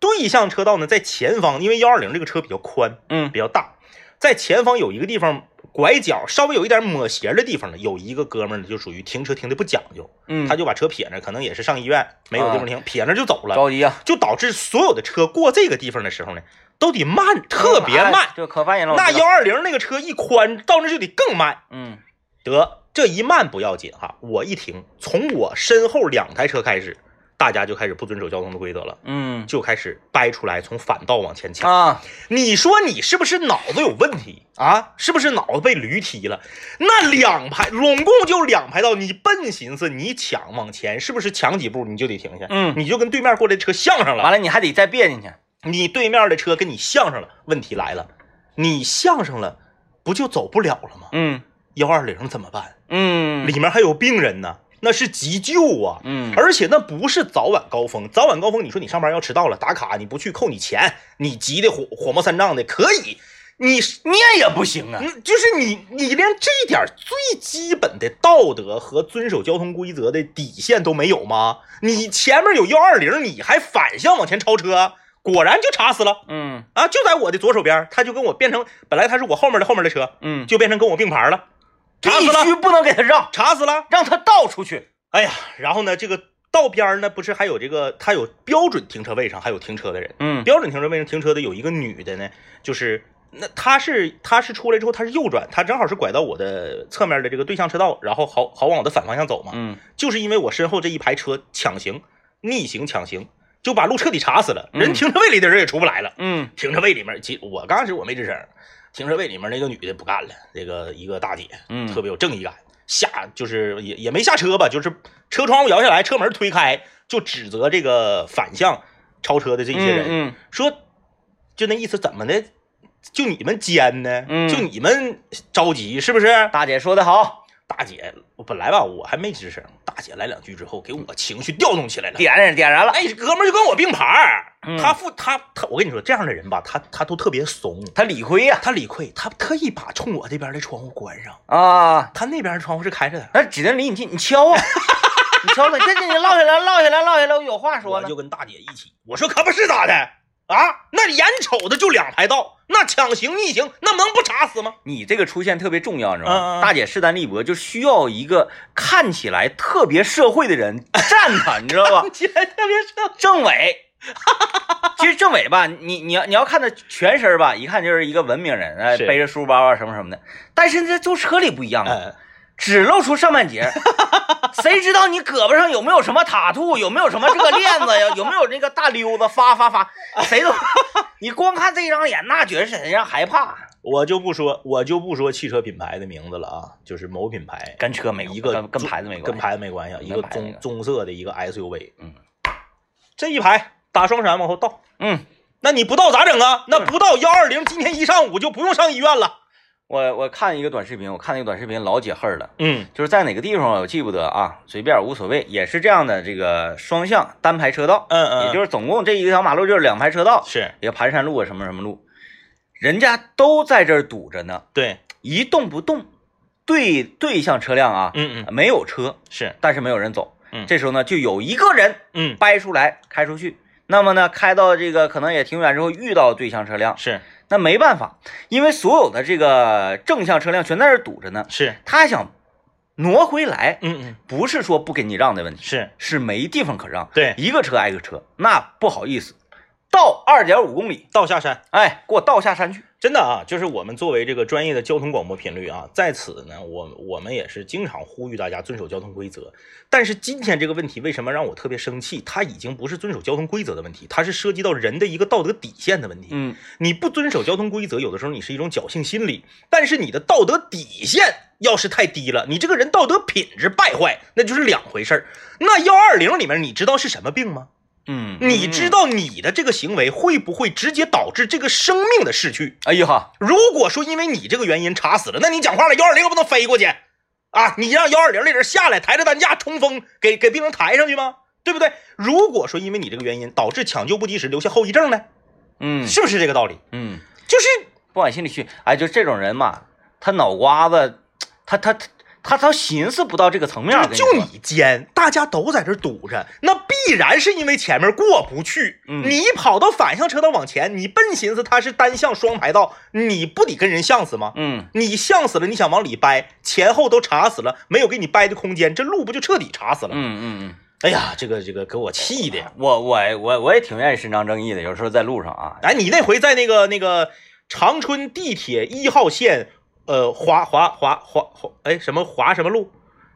[SPEAKER 2] 对向车道呢，在前方，因为幺二零这个车比较宽，
[SPEAKER 1] 嗯
[SPEAKER 2] 比较大，在前方有一个地方拐角稍微有一点抹斜的地方呢，有一个哥们儿呢就属于停车停的不讲究，
[SPEAKER 1] 嗯，啊
[SPEAKER 2] 他就把车撇那，可能也是上医院没有地方停，撇那就走了，
[SPEAKER 1] 着急啊，
[SPEAKER 2] 就导致所有的车过这个地方的时候呢，都得慢，特别慢。
[SPEAKER 1] 哎这可烦人了。我
[SPEAKER 2] 那
[SPEAKER 1] 知道
[SPEAKER 2] 幺，二零那个车一宽，到那就得更慢。
[SPEAKER 1] 嗯
[SPEAKER 2] 得，这一慢不要紧哈，我一停，从我身后两台车开始，大家就开始不遵守交通的规则了。
[SPEAKER 1] 嗯
[SPEAKER 2] 就开始掰出来，从反道往前抢。
[SPEAKER 1] 啊，
[SPEAKER 2] 你说你是不是脑子有问题啊？是不是脑子被驴踢了？那两排拢共就两排道，你笨寻思你抢往前，是不是抢几步你就得停下？
[SPEAKER 1] 嗯
[SPEAKER 2] 你就跟对面过来的车相上了。
[SPEAKER 1] 完了你还得再别进去，
[SPEAKER 2] 你对面的车跟你相上了，问题来了，你相上了，不就走不了了吗？
[SPEAKER 1] 嗯
[SPEAKER 2] 幺二零怎么办？
[SPEAKER 1] 嗯
[SPEAKER 2] 里面还有病人呢，那是急救啊！
[SPEAKER 1] 嗯
[SPEAKER 2] 而且那不是早晚高峰，早晚高峰，你说你上班要迟到了打卡，你不去扣你钱，你急得火火冒三丈的，可以，你
[SPEAKER 1] 念也不行啊，
[SPEAKER 2] 嗯，就是你，你连这点最基本的道德和遵守交通规则的底线都没有吗？你前面有幺二零，你还反向往前超车，果然就查死了
[SPEAKER 1] 嗯
[SPEAKER 2] 啊！就在我的左手边，他就跟我变成，本来他是我后面的后面的车，
[SPEAKER 1] 嗯，
[SPEAKER 2] 就变成跟我并排了，
[SPEAKER 1] 必
[SPEAKER 2] 查死了，
[SPEAKER 1] 须不能给他让，
[SPEAKER 2] 查死了。
[SPEAKER 1] 让他倒出去。
[SPEAKER 2] 哎呀，然后呢，这个道边儿呢，不是还有这个，他有标准停车位上还有停车的人，
[SPEAKER 1] 嗯
[SPEAKER 2] 标准停车位上停车的有一个女的呢，就是那她是她是出来之后她是右转，她正好是拐到我的侧面的这个对向车道，然后好好往我的反方向走嘛。
[SPEAKER 1] 嗯
[SPEAKER 2] 就是因为我身后这一排车抢行、逆行抢行，就把路彻底查死了，
[SPEAKER 1] 嗯
[SPEAKER 2] 人停车位里的人也出不来了。
[SPEAKER 1] 嗯
[SPEAKER 2] 停车位里面，其实我刚开始我没吱声儿，停车位里面那个女的不干了，这个一个大姐，
[SPEAKER 1] 嗯
[SPEAKER 2] 特别有正义感，下就是也也没下车吧，就是车窗户摇下来，车门推开，就指责这个反向超车的这
[SPEAKER 1] 嗯
[SPEAKER 2] 一些人，
[SPEAKER 1] 嗯
[SPEAKER 2] 说就那意思怎么的，就你们奸呢，
[SPEAKER 1] 嗯
[SPEAKER 2] 就你们着急是不是？
[SPEAKER 1] 大姐说的好，
[SPEAKER 2] 大姐，我本来吧我还没吱声，大姐来两句之后，给我情绪调动起来了。
[SPEAKER 1] 点燃点燃了，
[SPEAKER 2] 哎，哥们儿就跟我并排儿
[SPEAKER 1] 嗯
[SPEAKER 2] 他负他他，我跟你说，这样的人吧，他他都特别怂，
[SPEAKER 1] 他理亏呀
[SPEAKER 2] 他理亏，他特意把冲我这边的窗户关上，
[SPEAKER 1] 啊，
[SPEAKER 2] 他那边的窗户是开着的。
[SPEAKER 1] 那只能离你近，你敲 啊，你敲他，这这你落下来，落下来，落下来，我有话说
[SPEAKER 2] 我
[SPEAKER 1] 呢
[SPEAKER 2] 就。跟大姐一起，我说可不是咋的啊？那眼瞅着就两排道，那抢行逆行，那能不查死吗？
[SPEAKER 1] 你这个出现特别重要，你知道
[SPEAKER 2] 嗯嗯
[SPEAKER 1] 吗？
[SPEAKER 2] 嗯
[SPEAKER 1] 大姐势单力薄，就需要一个看起来特别社会的人站他，你知道 吧？
[SPEAKER 2] 起来特别生。
[SPEAKER 1] 政委，其实政委吧，你你要你要看他全身吧，一看就是一个文明人，哎，
[SPEAKER 2] 是
[SPEAKER 1] 背着书包啊什么什么的。但是这坐车里不一样啊，
[SPEAKER 2] 嗯，
[SPEAKER 1] 只露出上半 截，谁知道你胳膊上有没有什么塔兔，有没有什么这个链子 呀，有没有那个大溜子，发发发，谁都， 你光看这张脸，那觉得谁让害怕，
[SPEAKER 2] 我就不说，我就不说汽车品牌的名字了啊，就是某品牌，
[SPEAKER 1] 跟车没有
[SPEAKER 2] 一个
[SPEAKER 1] 跟跟
[SPEAKER 2] 棕
[SPEAKER 1] 牌子没关系，
[SPEAKER 2] 跟牌子没关系，一个
[SPEAKER 1] 跟牌子没
[SPEAKER 2] 棕
[SPEAKER 1] 关
[SPEAKER 2] 棕色的一个 SUV，
[SPEAKER 1] 嗯，
[SPEAKER 2] 这一排打双闪往后倒，
[SPEAKER 1] 嗯，
[SPEAKER 2] 那你不到咋整啊？那不到幺二零，今天一上午就不用上医院了。
[SPEAKER 1] 我我看一个短视频，我看那个短视频老解恨了，
[SPEAKER 2] 嗯
[SPEAKER 1] 就是在哪个地方我记不得啊，随便无所谓，也是这样的这个双向单排车道，
[SPEAKER 2] 嗯嗯，
[SPEAKER 1] 也就是总共这一条马路就是两排车道，
[SPEAKER 2] 是
[SPEAKER 1] 一个盘山路啊什么什么路，人家都在这儿堵着呢，
[SPEAKER 2] 对，
[SPEAKER 1] 一动不动，对对向车辆啊，
[SPEAKER 2] 嗯嗯
[SPEAKER 1] 没有车，
[SPEAKER 2] 是，
[SPEAKER 1] 但是没有人走，
[SPEAKER 2] 嗯
[SPEAKER 1] 这时候呢就有一个人
[SPEAKER 2] 嗯
[SPEAKER 1] 掰出来开出去，那么呢开到这个可能也挺远之后遇到对向车辆，
[SPEAKER 2] 是
[SPEAKER 1] 那没办法，因为所有的这个正向车辆全在这儿堵着呢，
[SPEAKER 2] 是，
[SPEAKER 1] 他想挪回来，
[SPEAKER 2] 嗯嗯
[SPEAKER 1] 不是说不给你让的问题，
[SPEAKER 2] 是，
[SPEAKER 1] 是没地方可让，
[SPEAKER 2] 对，
[SPEAKER 1] 一个车挨个车，那不好意思，倒二点五公里，
[SPEAKER 2] 到下山。
[SPEAKER 1] 哎，给我倒下山去，
[SPEAKER 2] 真的啊，就是我们作为这个专业的交通广播频率啊，在此呢，我我们也是经常呼吁大家遵守交通规则。但是今天这个问题为什么让我特别生气？它已经不是遵守交通规则的问题，它是涉及到人的一个道德底线的问题。
[SPEAKER 1] 嗯
[SPEAKER 2] 你不遵守交通规则，有的时候你是一种侥幸心理，但是你的道德底线要是太低了，你这个人道德品质败坏，那就是两回事儿。那幺二零里面，你知道是什么病吗？
[SPEAKER 1] 嗯，
[SPEAKER 2] 你知
[SPEAKER 1] 道，
[SPEAKER 2] 道你的这个行为会不会直接导致这个生命的逝去？
[SPEAKER 1] 哎呀哈，
[SPEAKER 2] 如果说因为你这个原因查死了，那你讲话了，幺二零不能飞过去啊！你让幺二零的人下来，抬着担架冲锋，给给病人抬上去吗？对不对？如果说因为你这个原因导致抢救不及时，留下后遗症呢，
[SPEAKER 1] 嗯
[SPEAKER 2] 是不是这个道理？
[SPEAKER 1] 嗯，
[SPEAKER 2] 就是
[SPEAKER 1] 不往心里去。哎，就这种人嘛，他脑瓜子，他他他他他寻思不到这个层面
[SPEAKER 2] 就
[SPEAKER 1] 儿。
[SPEAKER 2] 是就
[SPEAKER 1] 跟你说，
[SPEAKER 2] 你奸，大家都在这儿堵着，那必然是因为前面过不去。
[SPEAKER 1] 嗯
[SPEAKER 2] 你跑到反向车道往前，你笨寻思它是单向双排道，你不得跟人像死吗？
[SPEAKER 1] 嗯，
[SPEAKER 2] 你像死了，你想往里掰，前后都查死了，没有给你掰的空间，这路不就彻底查死了？
[SPEAKER 1] 嗯嗯嗯，
[SPEAKER 2] 哎呀，这个这个给我气的呀！
[SPEAKER 1] 我我我我也挺愿意伸张正义的，有时候在路上啊，
[SPEAKER 2] 哎，你那回在那个那个长春地铁一号线，呃，华华华华华，哎，什么华什么路？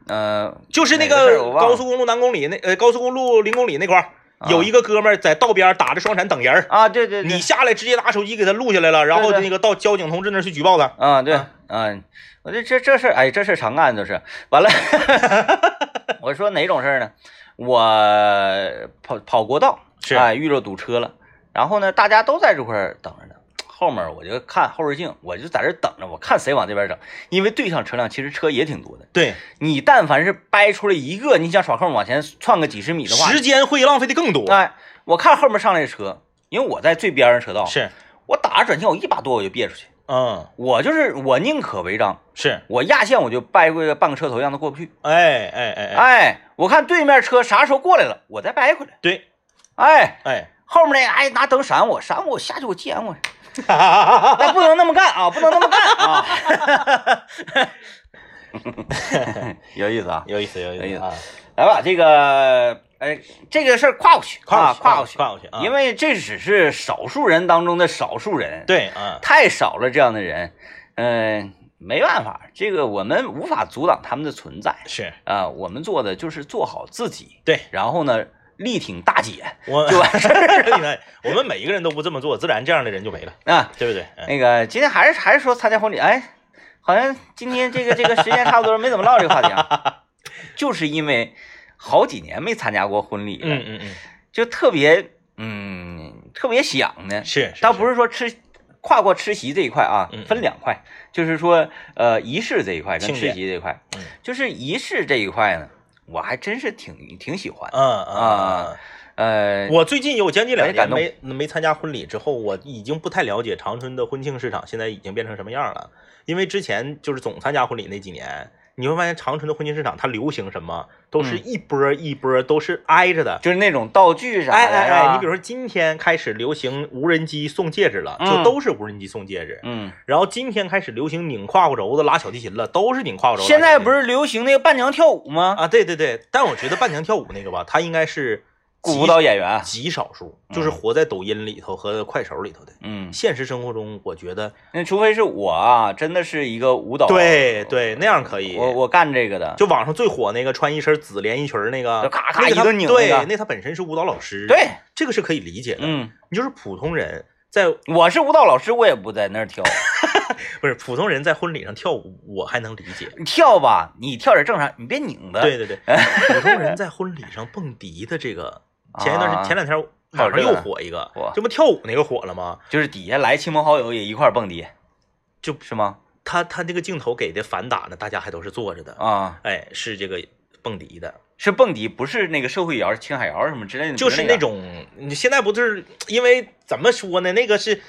[SPEAKER 1] 呃，
[SPEAKER 2] 就是那
[SPEAKER 1] 哪个事儿
[SPEAKER 2] 个
[SPEAKER 1] 我忘了
[SPEAKER 2] 高速公路南公里那呃高速公路零公里那块儿，
[SPEAKER 1] 啊
[SPEAKER 2] 有一个哥们儿在道边儿打着双闪等人儿，
[SPEAKER 1] 啊，对对对，
[SPEAKER 2] 你下来直接拿手机给他录下来了，然后
[SPEAKER 1] 对对
[SPEAKER 2] 那个到交警同志那儿去举报他。
[SPEAKER 1] 啊，对，
[SPEAKER 2] 啊
[SPEAKER 1] 嗯，我这这这事儿，哎，这事儿常干就是完了。 我说哪种事儿呢？我跑跑国道，
[SPEAKER 2] 是
[SPEAKER 1] 哎，遇着堵车了，然后呢，大家都在这块儿等着呢。后面我就看后视镜，我就在这儿等着，我看谁往这边整，因为对向车辆其实车也挺多的。
[SPEAKER 2] 对，
[SPEAKER 1] 你但凡是掰出来一个，你想耍空往前窜个几十米的话，
[SPEAKER 2] 时间会浪费的更多。
[SPEAKER 1] 哎，我看后面上来的车，因为我在最边上车道，
[SPEAKER 2] 是，
[SPEAKER 1] 我打着转向，我一把舵我就别出去，
[SPEAKER 2] 嗯，
[SPEAKER 1] 我就是我宁可违章，
[SPEAKER 2] 是，
[SPEAKER 1] 我压线我就掰过去半个车头，让他过不去。
[SPEAKER 2] 哎哎哎哎，
[SPEAKER 1] 哎，我看对面车啥时候过来了，我再掰回来。
[SPEAKER 2] 对，
[SPEAKER 1] 哎，
[SPEAKER 2] 哎，
[SPEAKER 1] 后面那个哎拿灯闪我，闪我下去我见 我，
[SPEAKER 2] 哈哈哈哈哈。
[SPEAKER 1] 但不能那么干啊，不能那么干啊。 有意思啊，
[SPEAKER 2] 有意思，有
[SPEAKER 1] 有意
[SPEAKER 2] 意
[SPEAKER 1] 思
[SPEAKER 2] 思啊！
[SPEAKER 1] 来吧，这个哎这个事儿跨过去，
[SPEAKER 2] 跨
[SPEAKER 1] 啊
[SPEAKER 2] 过去，
[SPEAKER 1] 跨过去，
[SPEAKER 2] 跨过去啊！
[SPEAKER 1] 因为这只是少数人当中的少数人，
[SPEAKER 2] 对啊，
[SPEAKER 1] 太少了这样的人，嗯、没办法，这个我们无法阻挡他们的存在。
[SPEAKER 2] 是
[SPEAKER 1] 啊，我们做的就是做好自己，
[SPEAKER 2] 对
[SPEAKER 1] 然后呢，力挺大姐
[SPEAKER 2] 我
[SPEAKER 1] 就完事
[SPEAKER 2] 你看我们每一个人都不这么做，自然这样的人就没了，
[SPEAKER 1] 啊。
[SPEAKER 2] 对不对？嗯
[SPEAKER 1] 那个今天还是还是说参加婚礼，哎，好像今天这个这个时间差不多，没怎么唠这个话题啊，就是因为好几年没参加过婚礼了，
[SPEAKER 2] 嗯嗯嗯，
[SPEAKER 1] 就特别嗯特别想呢。
[SPEAKER 2] 是，
[SPEAKER 1] 倒不
[SPEAKER 2] 是，
[SPEAKER 1] 是说吃跨过吃席这一块啊
[SPEAKER 2] 嗯，
[SPEAKER 1] 分两块，就是说呃仪式这一块跟
[SPEAKER 2] 庆
[SPEAKER 1] 吃
[SPEAKER 2] 典
[SPEAKER 1] 席这一块，
[SPEAKER 2] 嗯
[SPEAKER 1] 就是仪式这一块呢，我还真是挺挺喜欢的，
[SPEAKER 2] 嗯
[SPEAKER 1] 啊
[SPEAKER 2] 嗯。
[SPEAKER 1] 呃，
[SPEAKER 2] 我最近有将近两
[SPEAKER 1] 有点感
[SPEAKER 2] 年
[SPEAKER 1] 动
[SPEAKER 2] 没没参加婚礼之后，我已经不太了解长春的婚庆市场现在已经变成什么样了。因为之前就是总参加婚礼那几年，你会发现长春的婚庆市场它流行什么，都是
[SPEAKER 1] 嗯
[SPEAKER 2] 一波儿一波儿，都是挨着的。
[SPEAKER 1] 就是那种道具啥的、
[SPEAKER 2] 哎
[SPEAKER 1] 呀，
[SPEAKER 2] 哎哎，你比如说今天开始流行无人机送戒指了，
[SPEAKER 1] 嗯
[SPEAKER 2] 就都是无人机送戒指。
[SPEAKER 1] 嗯，
[SPEAKER 2] 然后今天开始流行拧胯骨轴子拉小提琴了，都是拧胯骨轴。
[SPEAKER 1] 现在不
[SPEAKER 2] 是
[SPEAKER 1] 是流行那个伴娘跳舞吗？
[SPEAKER 2] 啊？对对对，但我觉得伴娘跳舞那个吧，它应该是
[SPEAKER 1] 雇
[SPEAKER 2] 极
[SPEAKER 1] 舞蹈演员，
[SPEAKER 2] 极少数，就是活在抖音里头和快手里头的。
[SPEAKER 1] 嗯，
[SPEAKER 2] 现实生活中，我觉得
[SPEAKER 1] 那除非是我啊，真的是一个舞蹈，
[SPEAKER 2] 对对那样可以。
[SPEAKER 1] 我我干这个的，
[SPEAKER 2] 就网上最火那个穿一身紫连衣裙儿那个
[SPEAKER 1] 就，咔咔
[SPEAKER 2] 那
[SPEAKER 1] 一
[SPEAKER 2] 个他
[SPEAKER 1] 顿拧那
[SPEAKER 2] 对
[SPEAKER 1] 个，
[SPEAKER 2] 那他本身是舞蹈老师，，
[SPEAKER 1] 对，
[SPEAKER 2] 这个是可以理解的。
[SPEAKER 1] 嗯，
[SPEAKER 2] 你就是普通人在
[SPEAKER 1] 我是舞蹈老师，我也不在那儿跳
[SPEAKER 2] 不是普通人在婚礼上跳舞，我还能理解。
[SPEAKER 1] 跳吧，你跳点正常，你别拧的，
[SPEAKER 2] 对对对，普通人在婚礼上蹦迪的这个，前一段
[SPEAKER 1] 哎啊
[SPEAKER 2] 时前两天
[SPEAKER 1] 还有
[SPEAKER 2] 网上
[SPEAKER 1] 这个
[SPEAKER 2] 又
[SPEAKER 1] 呢
[SPEAKER 2] 火一个
[SPEAKER 1] 火，
[SPEAKER 2] 这不跳舞那个火了吗？
[SPEAKER 1] 就是底下来亲朋好友也一块儿蹦迪，
[SPEAKER 2] 就是
[SPEAKER 1] 吗？
[SPEAKER 2] 他他那个镜头给的反打呢，大家还都是坐着的，
[SPEAKER 1] 啊，
[SPEAKER 2] 哎，是这个蹦迪的，
[SPEAKER 1] 是蹦迪，不是那个社会摇、青海摇什么之类的，
[SPEAKER 2] 就是
[SPEAKER 1] 不那
[SPEAKER 2] 那种你现在不是因为怎么说呢？那个是，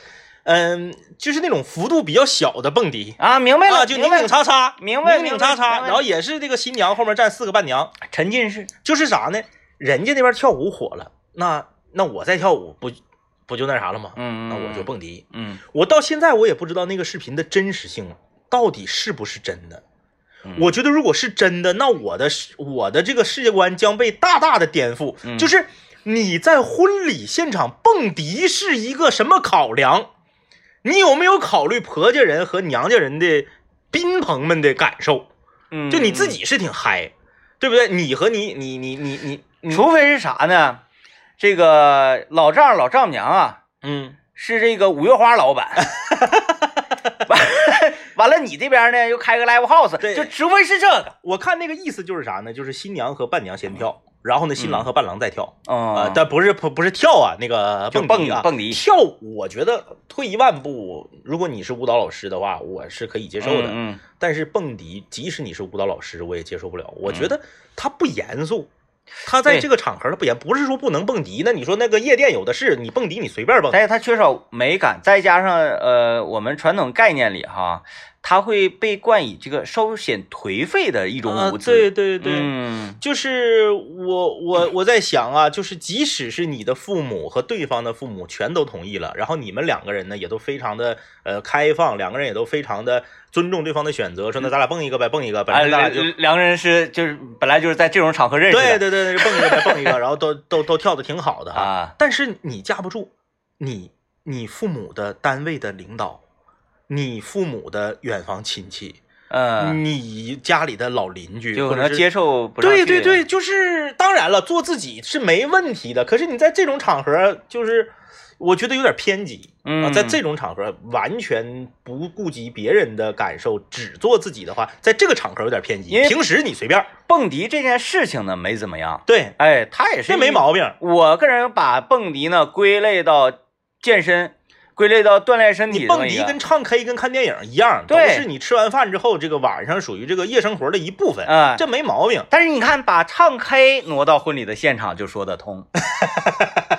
[SPEAKER 2] 嗯，就是那种幅度比较小的蹦迪。
[SPEAKER 1] 啊，明白
[SPEAKER 2] 啊，
[SPEAKER 1] 了，
[SPEAKER 2] 就拧
[SPEAKER 1] 明白
[SPEAKER 2] 拧
[SPEAKER 1] 了，
[SPEAKER 2] 叉叉，
[SPEAKER 1] 明白
[SPEAKER 2] 拧
[SPEAKER 1] 明白
[SPEAKER 2] 拧叉叉，
[SPEAKER 1] 明白
[SPEAKER 2] 然后也是这个新娘后面站四个伴娘，
[SPEAKER 1] 沉浸式，
[SPEAKER 2] 就是啥呢？人家那边跳舞火了，那那我再跳舞不不就那啥了吗？
[SPEAKER 1] 嗯，
[SPEAKER 2] 那我就，蹦迪。
[SPEAKER 1] 嗯，
[SPEAKER 2] 我到现在我也不知道那个视频的真实性啊到底是不是真的。
[SPEAKER 1] 嗯
[SPEAKER 2] 我觉得如果是真的，那我的世我的这个世界观将被大大的颠覆。
[SPEAKER 1] 嗯
[SPEAKER 2] 就是你在婚礼现场蹦迪是一个什么考量？你有没有考虑婆家人和娘家人的宾朋们的感受？
[SPEAKER 1] 嗯，
[SPEAKER 2] 就你自
[SPEAKER 1] 己。
[SPEAKER 2] 己是挺嗨，对不对？你和你你你你你
[SPEAKER 1] 嗯
[SPEAKER 2] 你，
[SPEAKER 1] 除非是啥呢？这个老丈人老丈母娘啊，
[SPEAKER 2] 嗯，
[SPEAKER 1] 是这个五月花老 板。完完了，你这边呢又开个 live house，
[SPEAKER 2] 对
[SPEAKER 1] 就除非是这个。
[SPEAKER 2] 我看那个意思就是啥呢？就是新娘和伴娘先跳，
[SPEAKER 1] 嗯
[SPEAKER 2] 然后呢，新郎和伴郎再跳。
[SPEAKER 1] 啊
[SPEAKER 2] 呃，但不是不不是跳啊，那个
[SPEAKER 1] 就
[SPEAKER 2] 蹦迪
[SPEAKER 1] 蹦
[SPEAKER 2] 啊，
[SPEAKER 1] 蹦迪
[SPEAKER 2] 跳舞，我觉得退一万步，如果你是舞蹈老师的话，我是可以接受的。
[SPEAKER 1] 嗯，
[SPEAKER 2] 但是蹦迪，即使你是舞蹈老师，我也接受不了。我觉得它不严肃，他在
[SPEAKER 1] 对
[SPEAKER 2] 这个场合他不演，不是说不能蹦迪，那你说那个夜店有的是，你蹦迪你随便蹦，
[SPEAKER 1] 但是它缺少美感，再加上呃，我们传统概念里哈，它会被冠以这个稍显颓废的一种
[SPEAKER 2] 啊
[SPEAKER 1] 舞姿。
[SPEAKER 2] 对对对，
[SPEAKER 1] 嗯，
[SPEAKER 2] 就是我我我在想啊，就是即使是你的父母和对方的父母全都同意了，然后你们两个人呢也都非常的呃开放，两个人也都非常的尊重对方的选择，说那咱俩蹦一个呗，蹦一个，
[SPEAKER 1] 嗯啊，
[SPEAKER 2] 反正咱俩
[SPEAKER 1] 两
[SPEAKER 2] 就。
[SPEAKER 1] 两个人是就是本来就是在这种场合认识
[SPEAKER 2] 对
[SPEAKER 1] 的。
[SPEAKER 2] 对对，蹦一个呗，蹦一个，然后都都都跳的挺好的哈。
[SPEAKER 1] 啊，
[SPEAKER 2] 但是你架不住你你父母的单位的领导，你父母的远房亲戚，
[SPEAKER 1] 嗯，
[SPEAKER 2] 你家里的老邻居，
[SPEAKER 1] 就
[SPEAKER 2] 嗯或
[SPEAKER 1] 可
[SPEAKER 2] 者
[SPEAKER 1] 能
[SPEAKER 2] 是
[SPEAKER 1] 接受不上
[SPEAKER 2] 对
[SPEAKER 1] 去啊
[SPEAKER 2] 对啊对，就是当然了，做自己是没问题的。可是你在这种场合，就是我觉得有点偏激。啊，
[SPEAKER 1] 嗯
[SPEAKER 2] 在这种场合完全不顾及别人的感受，只做自己的话，在这个场合有点偏激
[SPEAKER 1] 因。为
[SPEAKER 2] 平时你随便儿，
[SPEAKER 1] 蹦迪这件事情呢没怎么样，
[SPEAKER 2] 对，
[SPEAKER 1] 哎，它也是
[SPEAKER 2] 这没
[SPEAKER 1] 一
[SPEAKER 2] 毛病。
[SPEAKER 1] 我个人把蹦迪呢归类到健身，归类到锻炼身体
[SPEAKER 2] 你
[SPEAKER 1] 这
[SPEAKER 2] 蹦
[SPEAKER 1] 么一
[SPEAKER 2] 迪
[SPEAKER 1] 个。
[SPEAKER 2] 跟唱 K 跟看电影一样，都
[SPEAKER 1] 对
[SPEAKER 2] 是你吃完饭之后，这个晚上属于这个夜生活的一部分，
[SPEAKER 1] 哎
[SPEAKER 2] 这没毛病。
[SPEAKER 1] 但是你看，把唱 K 挪到婚礼的现场就说得 通，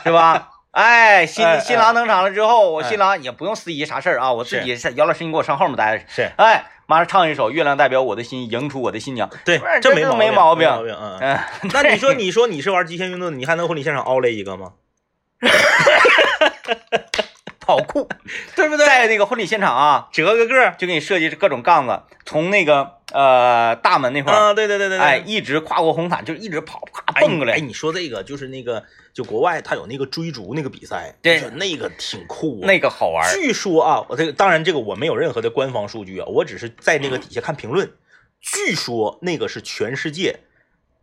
[SPEAKER 1] 是吧？哎，新
[SPEAKER 2] 哎哎
[SPEAKER 1] 新郎登场了之后，我
[SPEAKER 2] 哎
[SPEAKER 1] 新郎也不用司仪啥事儿啊，我自己摇老师，你给我上后面待着。
[SPEAKER 2] 是
[SPEAKER 1] 哎，马上唱一首《月亮代表我的心》，迎出我的新娘。
[SPEAKER 2] 对
[SPEAKER 1] 不是，
[SPEAKER 2] 这
[SPEAKER 1] 这
[SPEAKER 2] 没
[SPEAKER 1] 这
[SPEAKER 2] 毛
[SPEAKER 1] 没
[SPEAKER 2] 病，
[SPEAKER 1] 毛
[SPEAKER 2] 没
[SPEAKER 1] 病
[SPEAKER 2] 毛病。嗯，嗯
[SPEAKER 1] 嗯，
[SPEAKER 2] 那你说，你说你是玩极限运动的，你还能婚礼现场凹勒一个 吗？
[SPEAKER 1] 跑 酷，
[SPEAKER 2] 对不对？
[SPEAKER 1] 在那个婚礼现场啊，
[SPEAKER 2] 折个个儿
[SPEAKER 1] 就给你设计各种杠子，从那个呃大门那块儿，
[SPEAKER 2] 啊，对对对对对，
[SPEAKER 1] 哎，一直跨过红毯，就一直跑，啪
[SPEAKER 2] 哎
[SPEAKER 1] 蹦过
[SPEAKER 2] 哎，
[SPEAKER 1] 来。
[SPEAKER 2] 你说这个就是那个，就国外他有那个追逐那个比赛，
[SPEAKER 1] 对
[SPEAKER 2] 就那个挺酷啊。
[SPEAKER 1] 那个好玩儿，
[SPEAKER 2] 据说啊，我这个当然这个我没有任何的官方数据啊，我只是在那个底下看评论。据说那个是全世界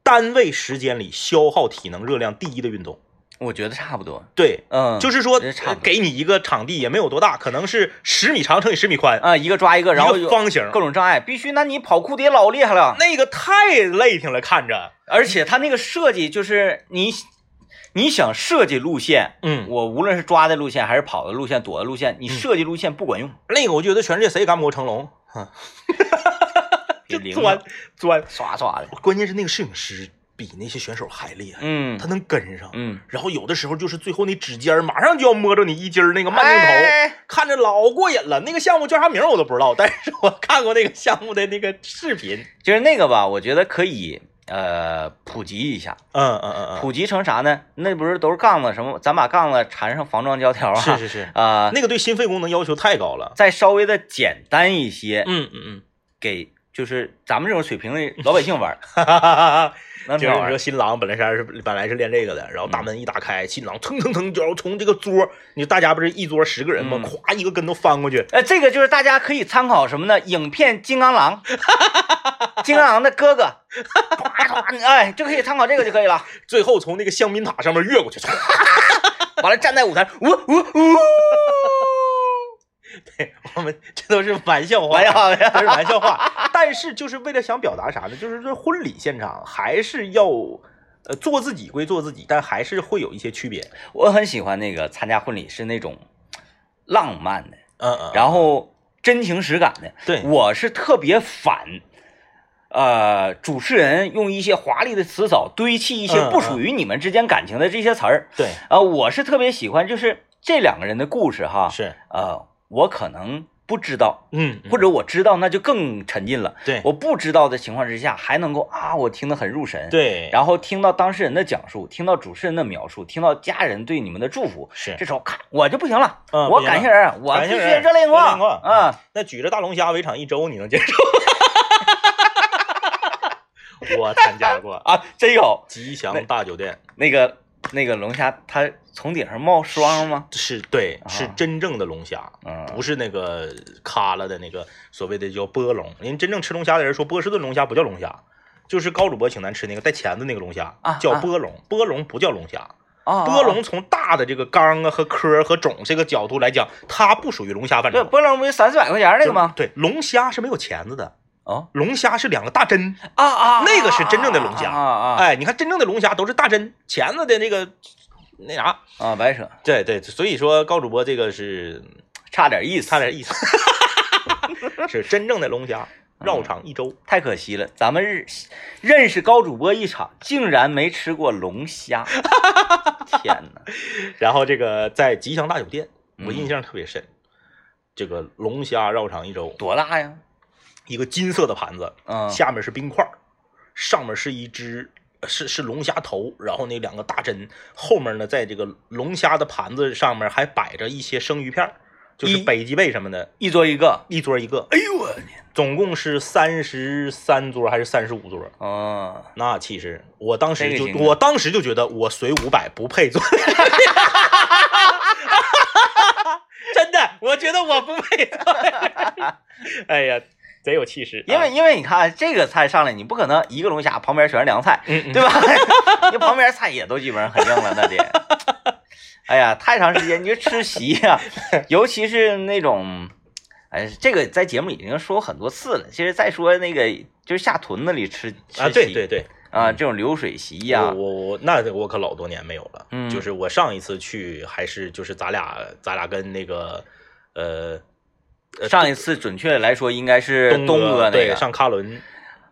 [SPEAKER 2] 单位时间里消耗体能热量第一的运动。
[SPEAKER 1] 我觉得差不多。
[SPEAKER 2] 对，
[SPEAKER 1] 嗯，
[SPEAKER 2] 就是说呃
[SPEAKER 1] 这差不多
[SPEAKER 2] 给你一个场地也没有多大，可能是十米长乘以十米宽，
[SPEAKER 1] 啊，一个抓一个，然后
[SPEAKER 2] 一
[SPEAKER 1] 有
[SPEAKER 2] 个方形。
[SPEAKER 1] 各种障碍，必须。那你跑酷得老厉害了，
[SPEAKER 2] 那个太累挺了，看着。
[SPEAKER 1] 而且它那个设计就是你，你想设计路线，
[SPEAKER 2] 嗯，
[SPEAKER 1] 我无论是抓的路线，还是跑的路线、躲的路线，你设计路线不管用，
[SPEAKER 2] 那个我觉得全世界谁也干不过成龙，
[SPEAKER 1] 给
[SPEAKER 2] 就
[SPEAKER 1] 零啊
[SPEAKER 2] 钻钻。
[SPEAKER 1] 刷刷的，
[SPEAKER 2] 关键是那个摄影师比那些选手还厉害，
[SPEAKER 1] 嗯
[SPEAKER 2] 他能跟上。
[SPEAKER 1] 嗯，
[SPEAKER 2] 然后有的时候就是最后那指尖儿马上就要摸着你一筋儿那个慢镜头，
[SPEAKER 1] 哎
[SPEAKER 2] 看着老过瘾了。那个项目叫啥名儿我都不知道，但是我看过那个项目的那个视频。
[SPEAKER 1] 就是那个吧，我觉得可以呃普及一下，
[SPEAKER 2] 嗯嗯嗯嗯，
[SPEAKER 1] 普及成啥呢？那不是都是杠子什么？咱把杠子缠上防撞胶条啊，
[SPEAKER 2] 是是是，
[SPEAKER 1] 啊、
[SPEAKER 2] 那个对心肺功能要求太高了。
[SPEAKER 1] 再稍微的简单一些，
[SPEAKER 2] 嗯嗯嗯，
[SPEAKER 1] 给就是咱们这种水平的老百姓玩儿，
[SPEAKER 2] 哈哈哈哈哈。
[SPEAKER 1] 能
[SPEAKER 2] 就
[SPEAKER 1] 挺好
[SPEAKER 2] 是你
[SPEAKER 1] 玩
[SPEAKER 2] 说
[SPEAKER 1] 儿。
[SPEAKER 2] 新郎本来是本来是练这个的，然后大门一打开，新郎腾腾腾就要从这个桌，你说大家不是一桌十个人吗？
[SPEAKER 1] 嗯
[SPEAKER 2] 咵一个跟头翻过去，
[SPEAKER 1] 呃，这个就是大家可以参考什么呢？影片《金刚 狼》，金刚狼的哥哥，啪啪，哎，就可以参考这个就可以了。
[SPEAKER 2] 最后从那个香槟塔上面越过去， 呃
[SPEAKER 1] 完了，站在舞台，呜呜呜，
[SPEAKER 2] 我们这都是玩笑话，
[SPEAKER 1] 玩笑玩笑
[SPEAKER 2] 都是玩笑话。但是就是为了想表达啥呢？就是说婚礼现场还是要，呃，做自己归做自己，但还是会有一些区别。
[SPEAKER 1] 我很喜欢那个参加婚礼是那种浪漫的，
[SPEAKER 2] 嗯嗯然
[SPEAKER 1] 然
[SPEAKER 2] 后
[SPEAKER 1] 后真情实感的。
[SPEAKER 2] 对
[SPEAKER 1] 我是特别反。呃，主持人用一些华丽的词藻堆砌一些
[SPEAKER 2] 嗯
[SPEAKER 1] 不属于你们之间感情的这些词儿，
[SPEAKER 2] 对
[SPEAKER 1] 啊、我是特别喜欢，就是这两个人的故事哈，
[SPEAKER 2] 是，
[SPEAKER 1] 呃，我可能不知道，
[SPEAKER 2] 嗯，
[SPEAKER 1] 或者我知道那就更沉浸了。
[SPEAKER 2] 对
[SPEAKER 1] 我不知道的情况之下，还能够啊，我听得很入神。，
[SPEAKER 2] 对，后
[SPEAKER 1] 然后听到当事人的讲述，听到主持人的描述，听到家人对你们的祝福，
[SPEAKER 2] 是
[SPEAKER 1] 这时候咔，我就不行了，
[SPEAKER 2] 嗯
[SPEAKER 1] 我
[SPEAKER 2] 不行了
[SPEAKER 1] 感谢人，我
[SPEAKER 2] 感
[SPEAKER 1] 必
[SPEAKER 2] 谢
[SPEAKER 1] 须
[SPEAKER 2] 人
[SPEAKER 1] 热泪盈
[SPEAKER 2] 热泪盈眶
[SPEAKER 1] 嗯，
[SPEAKER 2] 那举着大龙虾围场一周，你能接受？ 我参加过
[SPEAKER 1] 啊，真有
[SPEAKER 2] 吉祥大酒店，
[SPEAKER 1] 那个那个龙虾，它从顶上冒霜吗？
[SPEAKER 2] 是对，
[SPEAKER 1] 啊
[SPEAKER 2] 是真正的龙虾，
[SPEAKER 1] 嗯，
[SPEAKER 2] 不是那个卡了的那个所谓的叫波龙。人真正吃龙虾的人说，波士顿龙虾不叫龙虾，就是高主播请咱吃那个带钳子那个龙虾
[SPEAKER 1] 啊，
[SPEAKER 2] 叫
[SPEAKER 1] 啊
[SPEAKER 2] 波龙。波龙不叫龙虾，
[SPEAKER 1] 啊，
[SPEAKER 2] 波龙从大的这个缸啊和壳儿和种这个角度来讲，它不属于龙虾范
[SPEAKER 1] 对，
[SPEAKER 2] 畴。
[SPEAKER 1] 波浪不是三四百块钱那个吗？
[SPEAKER 2] 对，龙虾是没有钳子的，
[SPEAKER 1] 哦
[SPEAKER 2] 龙虾是两个大 针。
[SPEAKER 1] 啊啊，
[SPEAKER 2] 那个是真正的龙虾
[SPEAKER 1] 啊啊啊
[SPEAKER 2] 哎，你看真正的龙虾都是大针，钳子的那个那啥。
[SPEAKER 1] 啊，白扯，
[SPEAKER 2] 对对，所以说高主播这个是
[SPEAKER 1] 差点意思，
[SPEAKER 2] 差点意思，是真正的龙虾。
[SPEAKER 1] 嗯
[SPEAKER 2] 绕场一周。
[SPEAKER 1] 太可惜了，咱们认认识高主播一场，竟然没吃过龙 虾，天哪！
[SPEAKER 2] 然后这个在吉祥大酒店，
[SPEAKER 1] 嗯
[SPEAKER 2] 我印象特别深，这个龙虾绕场一周，
[SPEAKER 1] 多大呀？
[SPEAKER 2] 一个金色的盘子，
[SPEAKER 1] 嗯，
[SPEAKER 2] 下面是冰块儿，上面是一只呃是是龙虾头，然后那两个大针，后面呢，在这个龙虾的盘子上面还摆着一些生鱼片儿，就是
[SPEAKER 1] 一
[SPEAKER 2] 北极贝什么的，
[SPEAKER 1] 一桌一个。
[SPEAKER 2] 一桌一个，
[SPEAKER 1] 哎呦我
[SPEAKER 2] 总共是三十三桌还是三十五桌？
[SPEAKER 1] 哦，
[SPEAKER 2] 那其实我当时就
[SPEAKER 1] 这个行的
[SPEAKER 2] 我当时就觉得我随五百不配做， 真的，我觉得我不配做。哎呀，贼有气势，
[SPEAKER 1] 因为因为你看这个菜上来，你不可能一个龙虾旁边全是凉菜，
[SPEAKER 2] 嗯 嗯
[SPEAKER 1] 对吧？你旁边菜也都基本上很硬了，那得。 哎呀，太长时间你就吃席呀、尤其是那种，哎，这个在节目里已经说过很多次了。其实再说那个，就是下屯子里吃吃
[SPEAKER 2] 啊，对
[SPEAKER 1] 席
[SPEAKER 2] 对对，
[SPEAKER 1] 啊，这种流水席呀、
[SPEAKER 2] 我我我那我可老多年没有了，
[SPEAKER 1] 嗯
[SPEAKER 2] 就是我上一次去还是就是咱俩咱俩跟那个呃
[SPEAKER 1] 上一次准确来说应该是
[SPEAKER 2] 东
[SPEAKER 1] 东哥那
[SPEAKER 2] 对
[SPEAKER 1] 个，
[SPEAKER 2] 上喀伦，